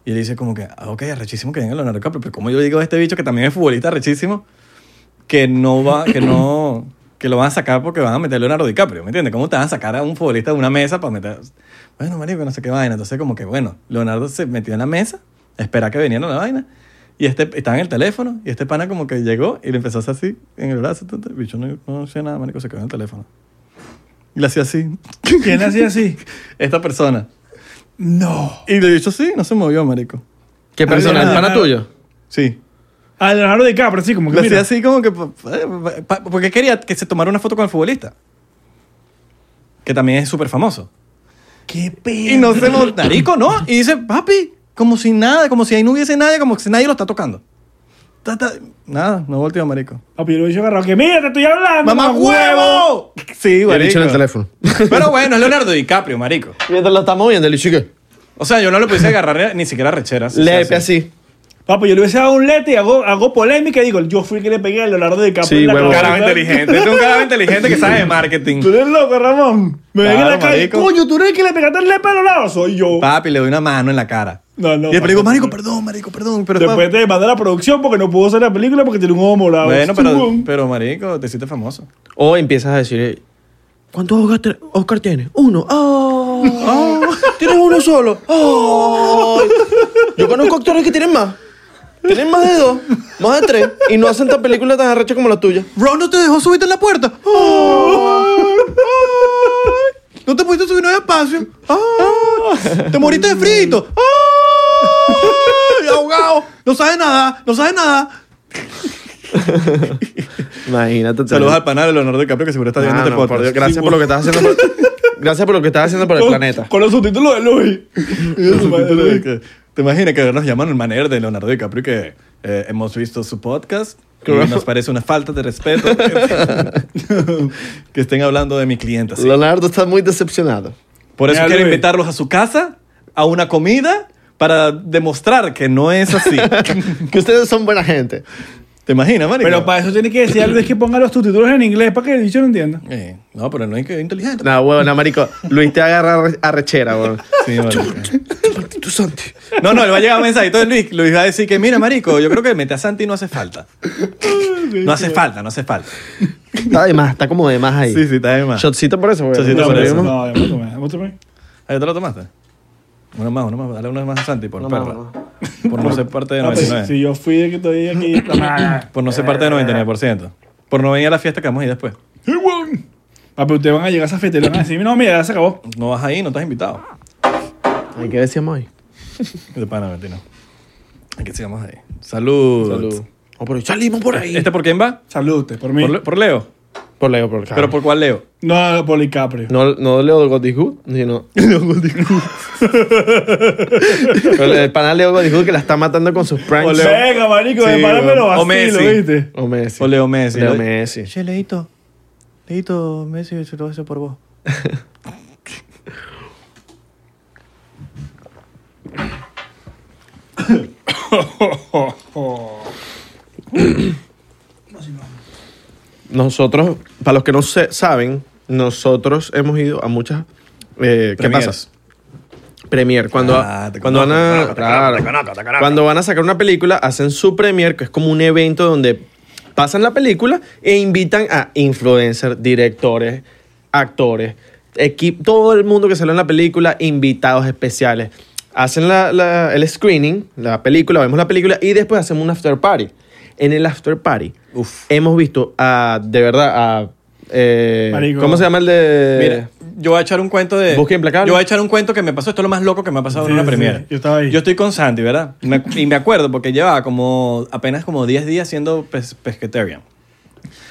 Speaker 3: Y él dice como que, ah, ok, rechísimo que venga Leonardo DiCaprio, pero como yo digo a este bicho que también es futbolista rechísimo, que no va, que no, que lo van a sacar porque van a meter a Leonardo DiCaprio, ¿me entiendes? ¿Cómo te van a sacar a un futbolista de una mesa para meter? Bueno, marico, no sé qué vaina. Entonces como que, bueno, Leonardo se metió en la mesa, espera que viniera la vaina, y este, estaba en el teléfono, y este pana como que llegó y le empezó a hacer así, en el brazo, tut, tut, el bicho no, no hacía nada, marico, se quedó en el teléfono. Y le hacía así,
Speaker 2: ¿Quién hacía así?
Speaker 3: esta persona.
Speaker 2: No.
Speaker 3: Y el bicho sí, no se movió, marico.
Speaker 1: ¿Qué persona? ¿El pana
Speaker 2: Leonardo.
Speaker 1: tuyo?
Speaker 3: Sí.
Speaker 2: A Leonardo DiCaprio, así como que.
Speaker 3: Lo hacía
Speaker 2: Mira,
Speaker 3: así como que... pa- pa- pa- Porque quería que se tomara una foto con el futbolista. Que también es súper famoso.
Speaker 2: Qué
Speaker 3: Y
Speaker 2: pena.
Speaker 3: no se lo... Narico, ¿no? Y dice, papi, como si nada, como si ahí no hubiese nadie, como si nadie lo está tocando. Ta, ta- Nada, no volteó, marico.
Speaker 2: Papi, lo hizo agarrado. Que mira, te estoy hablando.
Speaker 3: ¡Mamá huevo!
Speaker 1: El
Speaker 3: Sí,
Speaker 1: bicho
Speaker 3: marico.
Speaker 1: en el teléfono.
Speaker 3: Pero bueno, es Leonardo DiCaprio, marico.
Speaker 1: Mientras lo estamos viendo, el bicho que...
Speaker 3: O sea, yo no lo pudiese agarrar ni siquiera recheras.
Speaker 1: Lepe así.
Speaker 2: Papo, yo le hubiese dado un lete y hago, hago polémica y digo, yo fui el que le pegué a Leonardo DiCaprio
Speaker 1: Sí,
Speaker 2: en la
Speaker 1: huevo.
Speaker 2: cabeza.
Speaker 3: Carajo inteligente. Este es un carajo inteligente que sabe de marketing.
Speaker 2: Tú eres loco, Ramón. Me ven en la
Speaker 3: Claro,
Speaker 2: calle.
Speaker 3: marico.
Speaker 2: Coño, tú eres el que le pegaste el lepe a Leonardo. Soy yo.
Speaker 3: Papi, le doy una mano en la cara.
Speaker 2: No, no,
Speaker 3: y después le digo,
Speaker 2: papi.
Speaker 3: marico, perdón, marico, perdón. Pero es
Speaker 2: Después te mandé a la producción porque no pudo hacer la película porque tiene un ojo
Speaker 3: pa-
Speaker 2: morado.
Speaker 3: Bueno, pero,
Speaker 2: Chum.
Speaker 3: pero marico, te hiciste famoso.
Speaker 1: O empiezas a decir, ¿cuántos Oscar, te- Oscar tienes? Uno. ¡Oh! ¿Tienes uno solo? ¡Oh! Yo conozco actores que tienen más. Tienen más de dos, más de tres, y no hacen tan películas tan arrechas como la tuya.
Speaker 3: Ron no te dejó subirte en la puerta. No te pudiste subir en el espacio. Te moriste de frito. Ahogado. No sabes nada. No sabes nada.
Speaker 1: Imagínate.
Speaker 3: Saludos al panal de Leonardo DiCaprio que seguro está viendo
Speaker 1: Ah,
Speaker 3: este
Speaker 1: no, por
Speaker 3: podcast.
Speaker 1: Dios, gracias por lo que estás haciendo. por- gracias por lo que estás haciendo por el
Speaker 2: con,
Speaker 1: planeta.
Speaker 2: Con los subtítulos de Luis. Y
Speaker 3: Los
Speaker 2: su madre,
Speaker 3: subtítulos de
Speaker 2: Luis.
Speaker 3: que- ¿Te imaginas que nos llaman el manera de Leonardo DiCaprio que eh, hemos visto su podcast? y
Speaker 1: Claro.
Speaker 3: nos parece una falta de respeto que, que estén hablando de mi cliente. así.
Speaker 1: Leonardo está muy decepcionado.
Speaker 3: Por eso
Speaker 2: Mira,
Speaker 3: quiero
Speaker 2: Luis.
Speaker 3: invitarlos a su casa, a una comida, para demostrar que no es así.
Speaker 1: Que ustedes son buena gente.
Speaker 3: ¿Te imaginas, marico?
Speaker 2: Pero para eso tiene que decir a Luis que ponga los subtítulos en inglés para que el bicho lo entienda.
Speaker 3: Eh, no, pero no es que es inteligente.
Speaker 1: No, huevón, no, marico. Luis te agarra arre- arrechera, huevón.
Speaker 3: Sí, marico.
Speaker 1: Maldito Santi.
Speaker 3: No, no, le va a llegar un mensajito de Luis. Luis va a decir que, mira, marico, yo creo que meter a Santi no hace falta. No hace falta, no hace falta.
Speaker 1: Está de más, está como de más ahí.
Speaker 3: Sí, sí, está de más.
Speaker 1: Shotcito por eso, huevón.
Speaker 3: Shotcito
Speaker 1: Nos
Speaker 3: por eso.
Speaker 1: servimos.
Speaker 2: No, vamos a tomar, vamos a tomar.
Speaker 3: Ahí Ah, te lo tomaste. Una más, una más. Dale una más a Santi por
Speaker 1: Una más,
Speaker 3: perra.
Speaker 1: una
Speaker 3: Por no ser parte de
Speaker 2: Ah, pues,
Speaker 3: 99.
Speaker 2: Si yo fui el que estoy aquí.
Speaker 3: Por no ser
Speaker 1: Eh.
Speaker 3: parte de 99%. Por no venir a la fiesta que vamos a ir después.
Speaker 2: ¡Hey, weón! Papi, ustedes van a llegar a esa fiesta y le van a decir, no, mira, ya se acabó.
Speaker 3: No vas ahí, no estás invitado.
Speaker 1: Ay, ¿Qué decíamos ahí?
Speaker 3: De pana, mentira. Aquí sigamos ahí. Salud.
Speaker 1: Salud. Oh, pero salimos por ahí.
Speaker 3: ¿Este por quién va?
Speaker 2: Salute, por mí.
Speaker 3: ¿Por, Le- por Leo?
Speaker 1: Por Leo, por acá.
Speaker 3: ¿Pero por cuál Leo?
Speaker 2: No, no, por DiCaprio.
Speaker 1: No, no Leo Godisgood, sino. Leo Godisgood. el pana Leo Godisgood que la está matando con sus pranks.
Speaker 3: Leo.
Speaker 2: Venga, marico,
Speaker 3: Sí,
Speaker 2: de pana me lo
Speaker 3: weón. O
Speaker 2: vacilo,
Speaker 3: Messi.
Speaker 2: ¿viste?
Speaker 1: O Messi.
Speaker 3: O Leo Messi.
Speaker 1: Leo
Speaker 3: Le-
Speaker 1: Messi.
Speaker 3: Che, Leito. Leito, Oh, Messi se lo hace por vos.
Speaker 1: Nosotros, para los que no se- saben, nosotros hemos ido a muchas. eh, ¿Qué
Speaker 3: Premieres.
Speaker 1: pasa? Premier. Cuando,
Speaker 3: Ah, te
Speaker 1: cuando
Speaker 3: conozco,
Speaker 1: van
Speaker 3: te
Speaker 1: a,
Speaker 3: conozco, te conozco,
Speaker 1: claro.
Speaker 3: te conozco, te conozco.
Speaker 1: cuando van a sacar una película, hacen su premier, que es como un evento donde pasan la película e invitan a influencers, directores, actores, equipo, todo el mundo que sale en la película, invitados especiales. Hacen la- la- el screening, la película, vemos la película y después hacemos un after party. En el after party
Speaker 3: Uf.
Speaker 1: hemos visto a, de verdad, a... eh,
Speaker 2: Marico.
Speaker 1: ¿Cómo se llama el de...?
Speaker 3: Mira, yo voy a echar un cuento de.
Speaker 1: Busca implacable.
Speaker 3: Yo voy a echar un cuento que me pasó. Esto es lo más loco que me ha pasado en
Speaker 2: Sí,
Speaker 3: una
Speaker 2: sí,
Speaker 3: premiere.
Speaker 2: yo estaba ahí.
Speaker 3: Yo estoy con Santi, ¿verdad? Y me- y me acuerdo porque llevaba como apenas como 10 días siendo pes- pescatarian.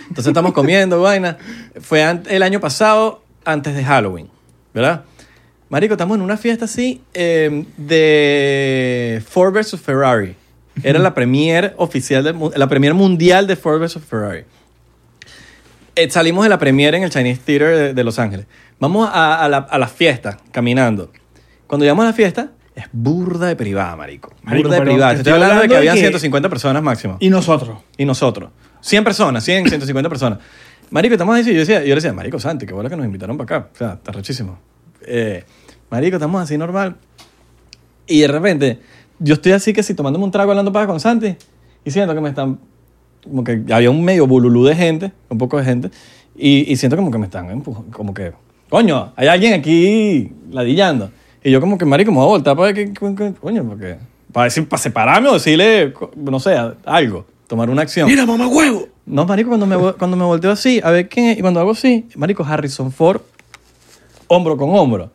Speaker 3: Entonces estamos comiendo, vaina. Fue an- el año pasado, antes de Halloween, ¿verdad? Marico, estamos en una fiesta así eh, de Ford vs. Ferrari. Era la premier oficial, del mu- la premier mundial de Ford vs. Ferrari. Eh, salimos de la premiere en el Chinese Theater de, de Los Ángeles. Vamos a, a la, a la fiesta, caminando. Cuando llegamos a la fiesta, es burda de privada, marico.
Speaker 2: Marico,
Speaker 3: burda de
Speaker 2: pero
Speaker 3: privada.
Speaker 2: te
Speaker 3: Te estoy
Speaker 2: estoy
Speaker 3: hablando, de
Speaker 2: hablando
Speaker 3: que
Speaker 2: de
Speaker 3: habían
Speaker 2: que-
Speaker 3: 150 personas máximo. Y,
Speaker 2: Y nosotros.
Speaker 3: nosotros. 100 personas, 100, 150 personas. Marico, estamos así. Yo, decía, yo le decía, marico, Santi, qué bola que nos invitaron para acá. O sea, está rechísimo. Eh, marico, estamos así normal. Y de repente, yo estoy así que si tomándome un trago hablando para con Santi y siento que me están. Como que había un medio bululú de gente, un poco de gente, y, y siento como que me están empujando, como que, coño, hay alguien aquí ladillando. Y yo, como que, marico, me voy a voltar para ver qué, qué- qué- coño, porque. Para, decir, para separarme o decirle, co- no sé, algo, tomar una acción.
Speaker 1: Mira, mamá huevo.
Speaker 3: No, marico, cuando me, vo- cuando me volteo así, a ver qué, y cuando hago así, marico, Harrison Ford, hombro con hombro.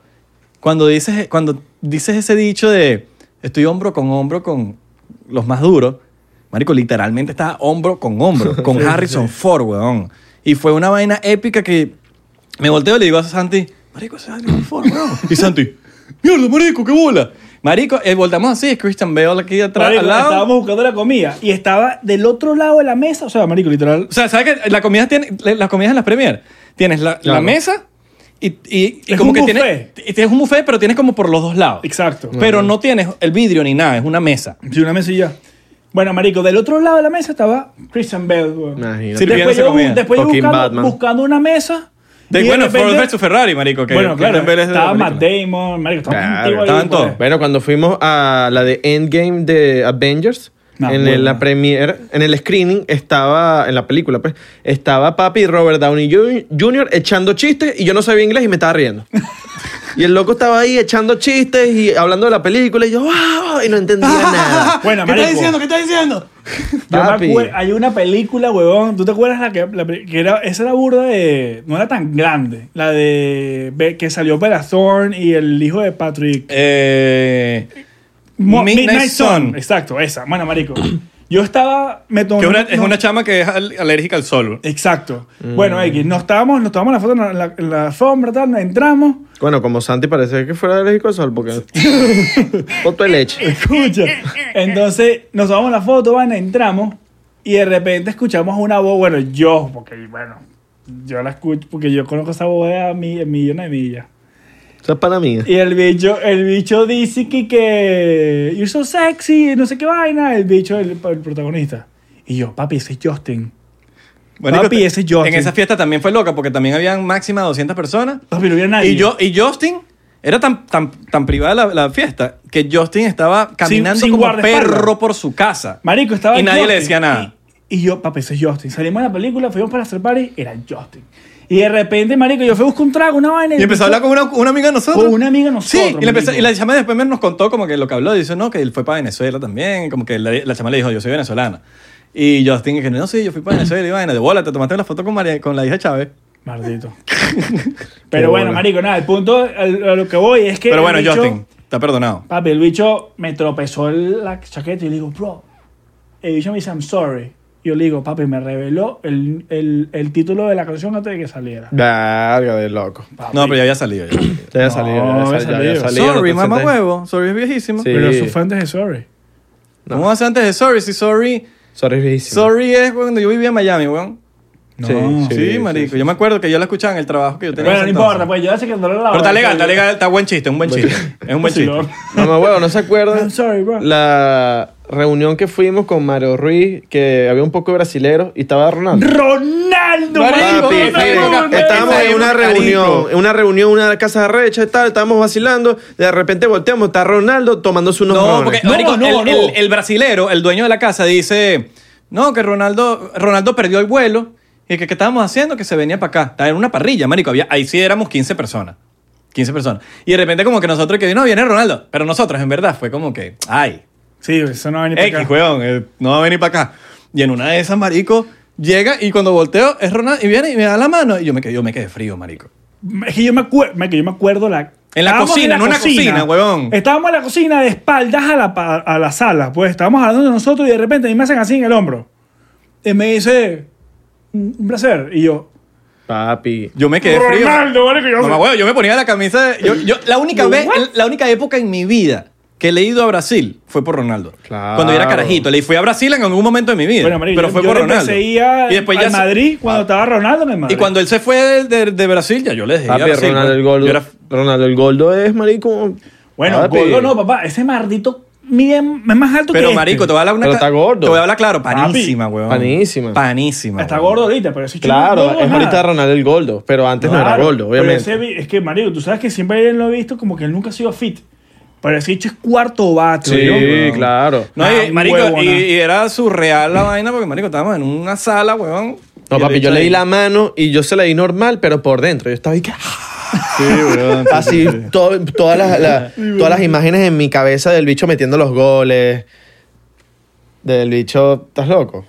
Speaker 3: Cuando dices, cuando dices ese dicho de estoy hombro con hombro con los más duros, marico, literalmente estaba hombro con hombro con Harrison Ford, weón. Y fue una vaina épica que me volteo y le digo a Santi, marico, ese es Harrison Ford, weón. Y Santi, mierda, marico, qué bola. Marico, eh, voltamos así, es Christian Bale aquí atrás,
Speaker 2: Marico,
Speaker 3: al lado.
Speaker 2: estábamos buscando la comida y estaba del otro lado de la mesa. O sea, marico, literal.
Speaker 3: O sea, ¿sabes que la comida tiene, la- las comidas en las premier? Tienes la, la
Speaker 1: Claro.
Speaker 3: mesa y, y, y
Speaker 2: Es
Speaker 3: como
Speaker 2: un
Speaker 3: que
Speaker 2: buffet.
Speaker 3: tienes. y tienes un buffet, pero tienes como por los dos lados.
Speaker 2: Exacto.
Speaker 3: Pero no tienes el vidrio ni nada, es una mesa.
Speaker 2: Sí, una mesilla. Bueno, marico, del otro lado de la mesa estaba Christian Bell, weón.
Speaker 1: Imagínate.
Speaker 2: Después
Speaker 3: Sirviéndose
Speaker 2: yo,
Speaker 3: comida.
Speaker 2: después yo
Speaker 1: Fucking
Speaker 2: buscando,
Speaker 1: Batman.
Speaker 2: buscando una mesa.
Speaker 3: De-
Speaker 2: y de
Speaker 3: bueno,
Speaker 2: repente-
Speaker 3: Ford versus Ferrari, marico. Que
Speaker 2: Bueno,
Speaker 3: que
Speaker 2: claro,
Speaker 3: Christian Bale es de la
Speaker 2: estaba Matt
Speaker 3: película.
Speaker 2: Damon, marico, estaba
Speaker 1: Claro,
Speaker 2: contigo ahí,
Speaker 3: estaban
Speaker 2: pues.
Speaker 3: todos.
Speaker 1: Bueno, cuando fuimos a la de Endgame de Avengers,
Speaker 2: No,
Speaker 1: en
Speaker 2: muy
Speaker 1: el- la
Speaker 2: buena.
Speaker 1: premiere, en el screening, estaba, en la película, pues, estaba papi Robert Downey Jr. Jr. echando chistes y yo no sabía inglés y me estaba riendo. Y el loco estaba ahí echando chistes y hablando de la película y yo, ¡wow! Y no entendía nada.
Speaker 2: Bueno,
Speaker 3: ¿Qué estás
Speaker 2: marico.
Speaker 3: diciendo? ¿Qué estás diciendo?
Speaker 2: Yo me
Speaker 1: Papi.
Speaker 2: acue- hay una película, huevón. ¿Tú te acuerdas la que, la pe- que era? Esa era burda de. No era tan grande. La de. Be- Que salió Bella Thorne y el hijo de Patrick.
Speaker 3: Eh,
Speaker 2: Mo-
Speaker 3: Midnight Sun.
Speaker 2: Exacto, esa. Bueno, marico. Yo estaba. Me tomé.
Speaker 3: que es una- es
Speaker 2: no-
Speaker 3: una Mm. chama que es al- alérgica al sol.
Speaker 2: Exacto. Bueno, X, nos estábamos, nos tomamos la foto en la, en la alfombra, tal, nos entramos.
Speaker 1: Bueno, como Santi parece que fuera alérgico al sol, porque. Foto de leche.
Speaker 2: Escucha. Entonces, nos tomamos la foto, van, entramos y de repente escuchamos una voz, bueno, yo, porque bueno, yo la escucho, porque yo conozco esa voz de a mi, millones de millas.
Speaker 1: Eso es para mí.
Speaker 2: Y el bicho, el bicho dice que, que you're so sexy, no sé qué vaina, el bicho, el, el protagonista. Y yo, papi, ese es Justin. Papi,
Speaker 3: te-
Speaker 2: ese es Justin.
Speaker 3: En esa fiesta también fue loca porque también habían máxima 200 personas.
Speaker 2: Papi, no había nadie.
Speaker 3: Y, yo, y Justin era tan, tan, tan privada la, la fiesta que Justin estaba caminando
Speaker 2: sin
Speaker 3: como
Speaker 2: guardaespaldas.
Speaker 3: perro por su casa.
Speaker 2: Marico, estaba
Speaker 3: Y nadie le
Speaker 2: Justin.
Speaker 3: decía nada.
Speaker 2: Y, y yo, papi, ese es Justin. Salimos de la película, fuimos para hacer party, era Justin. Y de repente, marico, yo fui a buscar un trago, una vaina.
Speaker 3: Y empezó a hablar con una, una amiga de nosotros.
Speaker 2: Con una amiga de nosotros,
Speaker 3: Sí, y, le empezó-
Speaker 2: marico.
Speaker 3: y la chama después me- nos contó como que lo que habló. Dice, no, que él fue para Venezuela también. Como que la, la chama le dijo, yo soy venezolana. Y Justin que no, sí, yo fui para Venezuela. Y vaina, de bola, te tomaste una foto con, María, con la hija Chávez.
Speaker 2: Maldito. Pero bueno, marico, nada, el punto al- a lo que voy es que.
Speaker 3: Pero
Speaker 2: el
Speaker 3: bueno,
Speaker 2: bicho-
Speaker 3: Justin, está perdonado.
Speaker 2: Papi, el bicho me tropezó el- la chaqueta y le digo, bro. El bicho me dice, I'm sorry. Y yo le digo, papi, me reveló el, el- el título de la canción antes de que saliera.
Speaker 1: Verga de loco.
Speaker 2: Papi.
Speaker 3: No, pero ya había salido. ya
Speaker 1: Ya había
Speaker 3: había salido.
Speaker 1: salido, ya había
Speaker 2: había
Speaker 1: salido, ya había
Speaker 2: salido.
Speaker 1: salido,
Speaker 3: sorry,
Speaker 1: no te
Speaker 3: mamá
Speaker 1: senté.
Speaker 3: huevo. Sorry es viejísimo.
Speaker 1: Sí.
Speaker 2: Pero eso fue antes de Sorry.
Speaker 3: ¿Cómo vas a hacer antes de sorry? Si sorry...
Speaker 1: Sorry, viejísimo.
Speaker 3: Sorry es cuando yo vivía en Miami, weón.
Speaker 1: Sí,
Speaker 2: No.
Speaker 3: Sí, marico. Yo me acuerdo que yo la escuchaba en el trabajo que yo tenía.
Speaker 2: Bueno, no
Speaker 3: en ese
Speaker 2: importa,
Speaker 3: entonces.
Speaker 2: pues yo ya sé que no lo
Speaker 3: Pero está legal, está legal, está buen chiste, un buen chiste. Es un buen chiste.
Speaker 1: Mamá huevo, ¿no se acuerdan?
Speaker 2: I'm sorry, bro.
Speaker 1: La reunión que fuimos con Mario Ruiz, que había un poco de brasileros y estaba Ronaldo.
Speaker 2: Ronaldo,
Speaker 1: Papi,
Speaker 2: marico.
Speaker 3: Ronaldo,
Speaker 1: mire,
Speaker 3: Ronaldo,
Speaker 1: estábamos en una
Speaker 3: Ronaldo.
Speaker 1: reunión, en una reunión, una casa de recha y tal, estábamos vacilando, de repente volteamos, está Ronaldo tomándose unos
Speaker 3: No,
Speaker 1: rones.
Speaker 3: porque
Speaker 2: No,
Speaker 3: marico,
Speaker 2: no,
Speaker 3: el,
Speaker 2: no.
Speaker 3: el- el brasilero, el dueño de la casa, dice: No, que Ronaldo, Ronaldo perdió el vuelo y que ¿qué estábamos haciendo? Que se venía para acá. Estaba en una parrilla, marico. Había, ahí sí éramos 15 personas. 15 personas. Y de repente, como que nosotros que no, viene Ronaldo. Pero nosotros, en verdad, fue como que, ay,
Speaker 2: Sí, eso no va a venir para
Speaker 3: X,
Speaker 2: acá.
Speaker 3: weón, eh, no va a venir para acá. Y en una de esas, marico, llega y cuando volteo es Ronaldo y viene y me da la mano. Y yo me quedé, yo me quedé frío, marico.
Speaker 2: Es que yo me, acuer- me- que yo me acuerdo la...
Speaker 3: En la
Speaker 2: Estábamos
Speaker 3: cocina, en una cocina, huevón.
Speaker 2: Estábamos en la cocina de espaldas a la, pa- a la sala, pues estábamos hablando de nosotros y de repente a mí me hacen así en el hombro. Y me dice, un un placer. Y yo,
Speaker 1: Papi.
Speaker 3: Yo me quedé frío.
Speaker 2: Ronaldo, vale que yo...
Speaker 3: Mamá, huevo, yo me ponía la camisa. de- yo, yo- la, única
Speaker 2: Yo,
Speaker 3: vez,
Speaker 2: what?
Speaker 3: la única época en mi vida que le he ido a Brasil fue por Ronaldo.
Speaker 1: Claro.
Speaker 3: Cuando yo era carajito. Le fui a Brasil en algún momento de mi vida.
Speaker 2: bueno, marico,
Speaker 3: pero
Speaker 2: yo-
Speaker 3: fue
Speaker 2: yo
Speaker 3: por
Speaker 2: le
Speaker 3: Ronaldo.
Speaker 2: perseguía al-
Speaker 3: y después
Speaker 2: al
Speaker 3: ya se- Ah.
Speaker 2: Madrid cuando estaba Ronaldo en el Madrid.
Speaker 3: Y cuando él se fue de, de- de Brasil, ya yo le dejé. ir a
Speaker 1: Papi,
Speaker 3: Brasil,
Speaker 1: Ronaldo,
Speaker 3: pues.
Speaker 1: el
Speaker 3: Yo
Speaker 1: Goldo,
Speaker 3: era-
Speaker 1: Ronaldo el Goldo es marico.
Speaker 2: Bueno,
Speaker 1: Papi.
Speaker 2: gordo no, papá. Ese mardito mide, es más alto que
Speaker 3: Pero
Speaker 2: este.
Speaker 3: marico, te voy a hablar una
Speaker 1: Pero
Speaker 3: ca-
Speaker 1: está gordo.
Speaker 3: Te voy a hablar claro, panísima, huevón.
Speaker 1: panísima.
Speaker 3: Panísima.
Speaker 2: Está
Speaker 3: huevón.
Speaker 2: gordo ahorita, pero ese chico no
Speaker 1: Claro,
Speaker 2: gordo
Speaker 1: es
Speaker 2: nada.
Speaker 1: ahorita Ronaldo el Goldo, pero antes no era
Speaker 2: Claro,
Speaker 1: Goldo,
Speaker 2: pero
Speaker 1: obviamente.
Speaker 2: ese vi- es que, marico, tú sabes que siempre lo he visto como que él nunca ha sido fit. Pero ese bicho es cuarto bate.
Speaker 1: Sí,
Speaker 2: ¿oyó?
Speaker 1: claro.
Speaker 3: No,
Speaker 2: Ah,
Speaker 3: y, marico,
Speaker 2: huevona.
Speaker 3: y, y era surreal la vaina porque, marico, estábamos en una sala, huevón.
Speaker 1: No,
Speaker 3: Y
Speaker 1: papi,
Speaker 3: el
Speaker 1: yo
Speaker 3: bicho
Speaker 1: le
Speaker 3: ahí.
Speaker 1: di la mano y yo se la di normal, pero por dentro. Yo estaba ahí que... "Ah".
Speaker 3: Sí, huevón.
Speaker 1: Así, to- todas, las, las- todas las imágenes en mi cabeza del bicho metiendo los goles. Del bicho, ¿estás loco?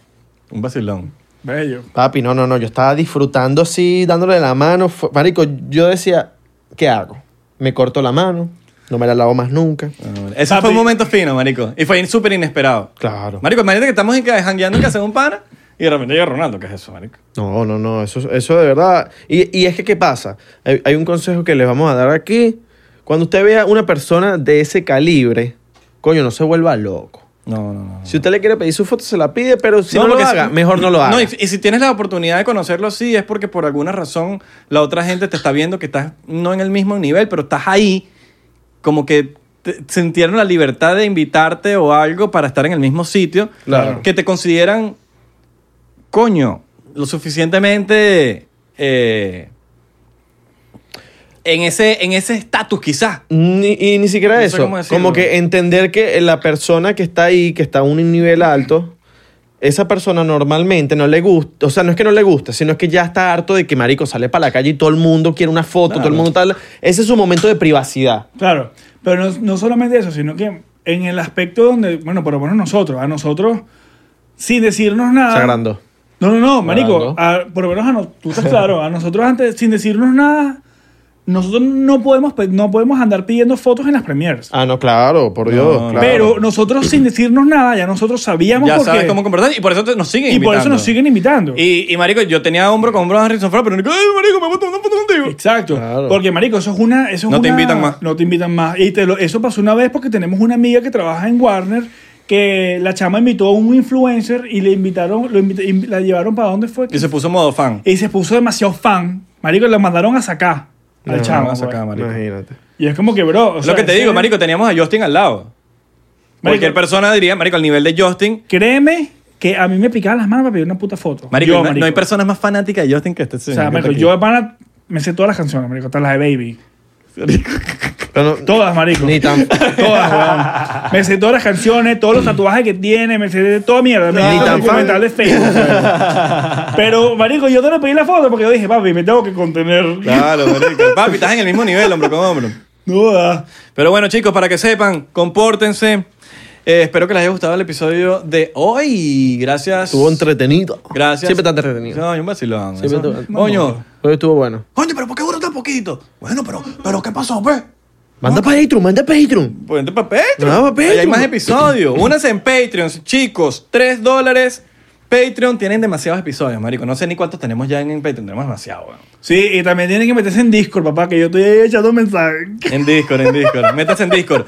Speaker 3: Un vacilón.
Speaker 2: Bello.
Speaker 1: Papi, no, no, no. Yo estaba disfrutando así, dándole la mano. Fue- Marico, yo decía, ¿qué hago? Me corto la mano, no me la lavo más nunca.
Speaker 3: Ah, Ese fue un momento fino, marico. Y fue súper inesperado.
Speaker 1: Claro.
Speaker 3: Marico, imagínate que estamos en- jangueando en casa de un pana y de repente llega Ronaldo. ¿Qué es eso, marico?
Speaker 1: No, no, no, eso, eso de verdad. Y, y es que, ¿qué pasa? Hay, hay un consejo que les vamos a dar aquí. Cuando usted vea una persona de ese calibre, coño, no se vuelva loco.
Speaker 3: No, no, no.
Speaker 1: Si usted le quiere pedir su foto, se la pide, pero si no, lo
Speaker 3: porque
Speaker 1: haga,
Speaker 3: si-
Speaker 1: mejor no lo haga.
Speaker 3: y, y si tienes la oportunidad de conocerlo así, es porque por alguna razón la otra gente te está viendo que estás no en el mismo nivel, pero estás ahí como que te- sintieron la libertad de invitarte o algo para estar en el mismo sitio,
Speaker 1: Claro.
Speaker 3: que te consideran, coño, lo suficientemente eh, en ese en ese estatus quizás.
Speaker 1: Ni- y ni siquiera
Speaker 3: No sé
Speaker 1: eso.
Speaker 3: cómo decirlo.
Speaker 1: como que entender que la persona que está ahí, que está a un nivel alto, esa persona normalmente no le gusta. O sea, no es que no le gusta, sino es que ya está harto de que Marico sale para la calle y todo el mundo quiere una foto,
Speaker 3: Claro.
Speaker 1: todo el mundo tal. Ese es su momento de privacidad.
Speaker 2: Claro, pero no, no solamente eso, sino que en el aspecto donde, bueno, por lo menos nosotros, a nosotros, sin decirnos
Speaker 3: Ah.
Speaker 2: nada.
Speaker 1: Sagrando.
Speaker 2: No, no, no, marico,
Speaker 1: Sagrando.
Speaker 2: a- por lo menos a nosotros, tú estás claro, a nosotros antes, sin decirnos nada, nosotros no podemos, pe- no podemos andar pidiendo fotos en las premiers.
Speaker 1: Ah, no, claro, por Dios.
Speaker 3: No,
Speaker 1: claro.
Speaker 2: Pero nosotros sin decirnos nada, ya nosotros sabíamos
Speaker 3: Ya
Speaker 2: por
Speaker 3: sabes
Speaker 2: qué.
Speaker 3: cómo comportar y por eso te- nos siguen
Speaker 2: y por eso nos
Speaker 3: invitando.
Speaker 2: siguen invitando.
Speaker 3: Y, y, marico, yo tenía hombro con hombro a Harrison Ford, pero no, ay, marico, me voy a tomar una foto contigo.
Speaker 2: Exacto.
Speaker 1: Claro.
Speaker 2: Porque, marico, eso es una. Eso es
Speaker 3: No te
Speaker 2: una-
Speaker 3: invitan más.
Speaker 2: No te invitan más. Y te lo- eso pasó una vez porque tenemos una amiga que trabaja en Warner que la chama invitó a un influencer y le invitaron, lo invita- inv- la llevaron para dónde fue.
Speaker 3: Y se puso modo fan.
Speaker 2: Y se puso demasiado fan. Marico, la mandaron a sacar. Al
Speaker 1: No,
Speaker 2: chamo,
Speaker 3: a sacar,
Speaker 2: güey.
Speaker 3: marico.
Speaker 1: Imagínate.
Speaker 2: Y es como que, bro. o
Speaker 3: Es
Speaker 2: sea,
Speaker 3: lo que te
Speaker 2: ese-
Speaker 3: digo, marico, teníamos a Justin al lado. Cualquier persona diría, marico, al nivel de Justin,
Speaker 2: Créeme que a mí me picaban las manos para pedir una puta foto.
Speaker 3: marico,
Speaker 2: Yo,
Speaker 3: no, no hay personas más fanáticas de Justin que este
Speaker 2: O
Speaker 3: señor.
Speaker 2: sea,
Speaker 3: que está
Speaker 2: marico,
Speaker 3: aquí.
Speaker 2: yo pana, me sé todas las canciones, marico, hasta las de Baby.
Speaker 1: Pero no-
Speaker 2: Todas, marico.
Speaker 1: ni tan.
Speaker 2: Todas, weón. Me sé todas las canciones, todos los tatuajes que tiene, me sé de toda mierda. Me
Speaker 1: Ni
Speaker 2: hice un
Speaker 1: tan
Speaker 2: documental de Facebook. weón. Pero, marico, yo te lo pedí la foto porque yo dije, papi, me tengo que contener.
Speaker 3: Claro, marico. Papi, estás en el mismo nivel, hombro con hombro.
Speaker 2: No da.
Speaker 3: Pero bueno, chicos, para que sepan, compórtense. Eh, espero que les haya gustado el episodio de hoy. Gracias.
Speaker 1: Estuvo entretenido.
Speaker 3: Gracias.
Speaker 1: Siempre está entretenido.
Speaker 3: No, yo un vacilón.
Speaker 1: Siempre
Speaker 3: Eso-
Speaker 1: estuvo-
Speaker 3: Coño.
Speaker 1: Hoy estuvo bueno.
Speaker 3: Coño, pero ¿por qué dura tan poquito? Bueno, pero, pero ¿qué pasó, pues?
Speaker 1: Manda Patreon, manda Patreon.
Speaker 3: Pues vente para Patreon.
Speaker 1: Ah, pa' Patreon.
Speaker 3: Ahí hay más episodios. Únanse en Patreon, chicos. 3 dólares. Patreon tienen demasiados episodios, marico. No sé ni cuántos tenemos ya en en Patreon. Tenemos demasiado, weón.
Speaker 2: Sí, y también tienen que meterse en Discord, papá, que yo estoy ahí echando mensajes.
Speaker 3: En Discord, en Discord. Métase en Discord.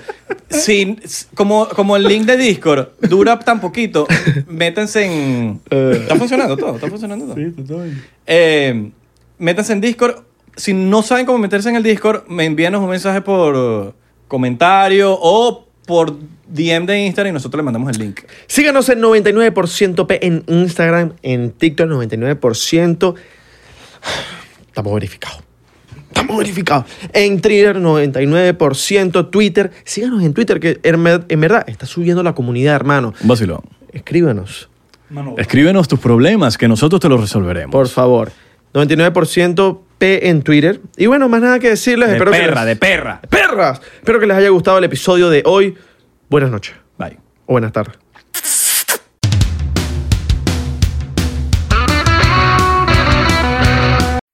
Speaker 3: Si- s- como, como el link de Discord dura tan poquito, métanse en. Está funcionando todo, está funcionando todo. Eh, métanse en Discord. Si no saben cómo meterse en el Discord, me envíanos un mensaje por eh, comentario o por DM de Instagram y nosotros le mandamos el link.
Speaker 1: Síganos en 99% P en Instagram, en TikTok 99%. Estamos verificados. Estamos verificados. En Twitter 99%, Twitter. Síganos en Twitter que en ver- en verdad está subiendo la comunidad, hermano.
Speaker 3: Vacilón.
Speaker 1: Escríbanos,
Speaker 2: Mano,
Speaker 3: Escríbenos tus problemas que nosotros te los resolveremos.
Speaker 1: por favor. 99% P en Twitter. Y bueno, más nada que decirles.
Speaker 3: de
Speaker 1: espero que
Speaker 3: perra,
Speaker 1: les-
Speaker 3: de perra.
Speaker 1: perras. Espero que les haya gustado el episodio de hoy. Buenas noches
Speaker 3: Bye.
Speaker 1: o buenas tardes.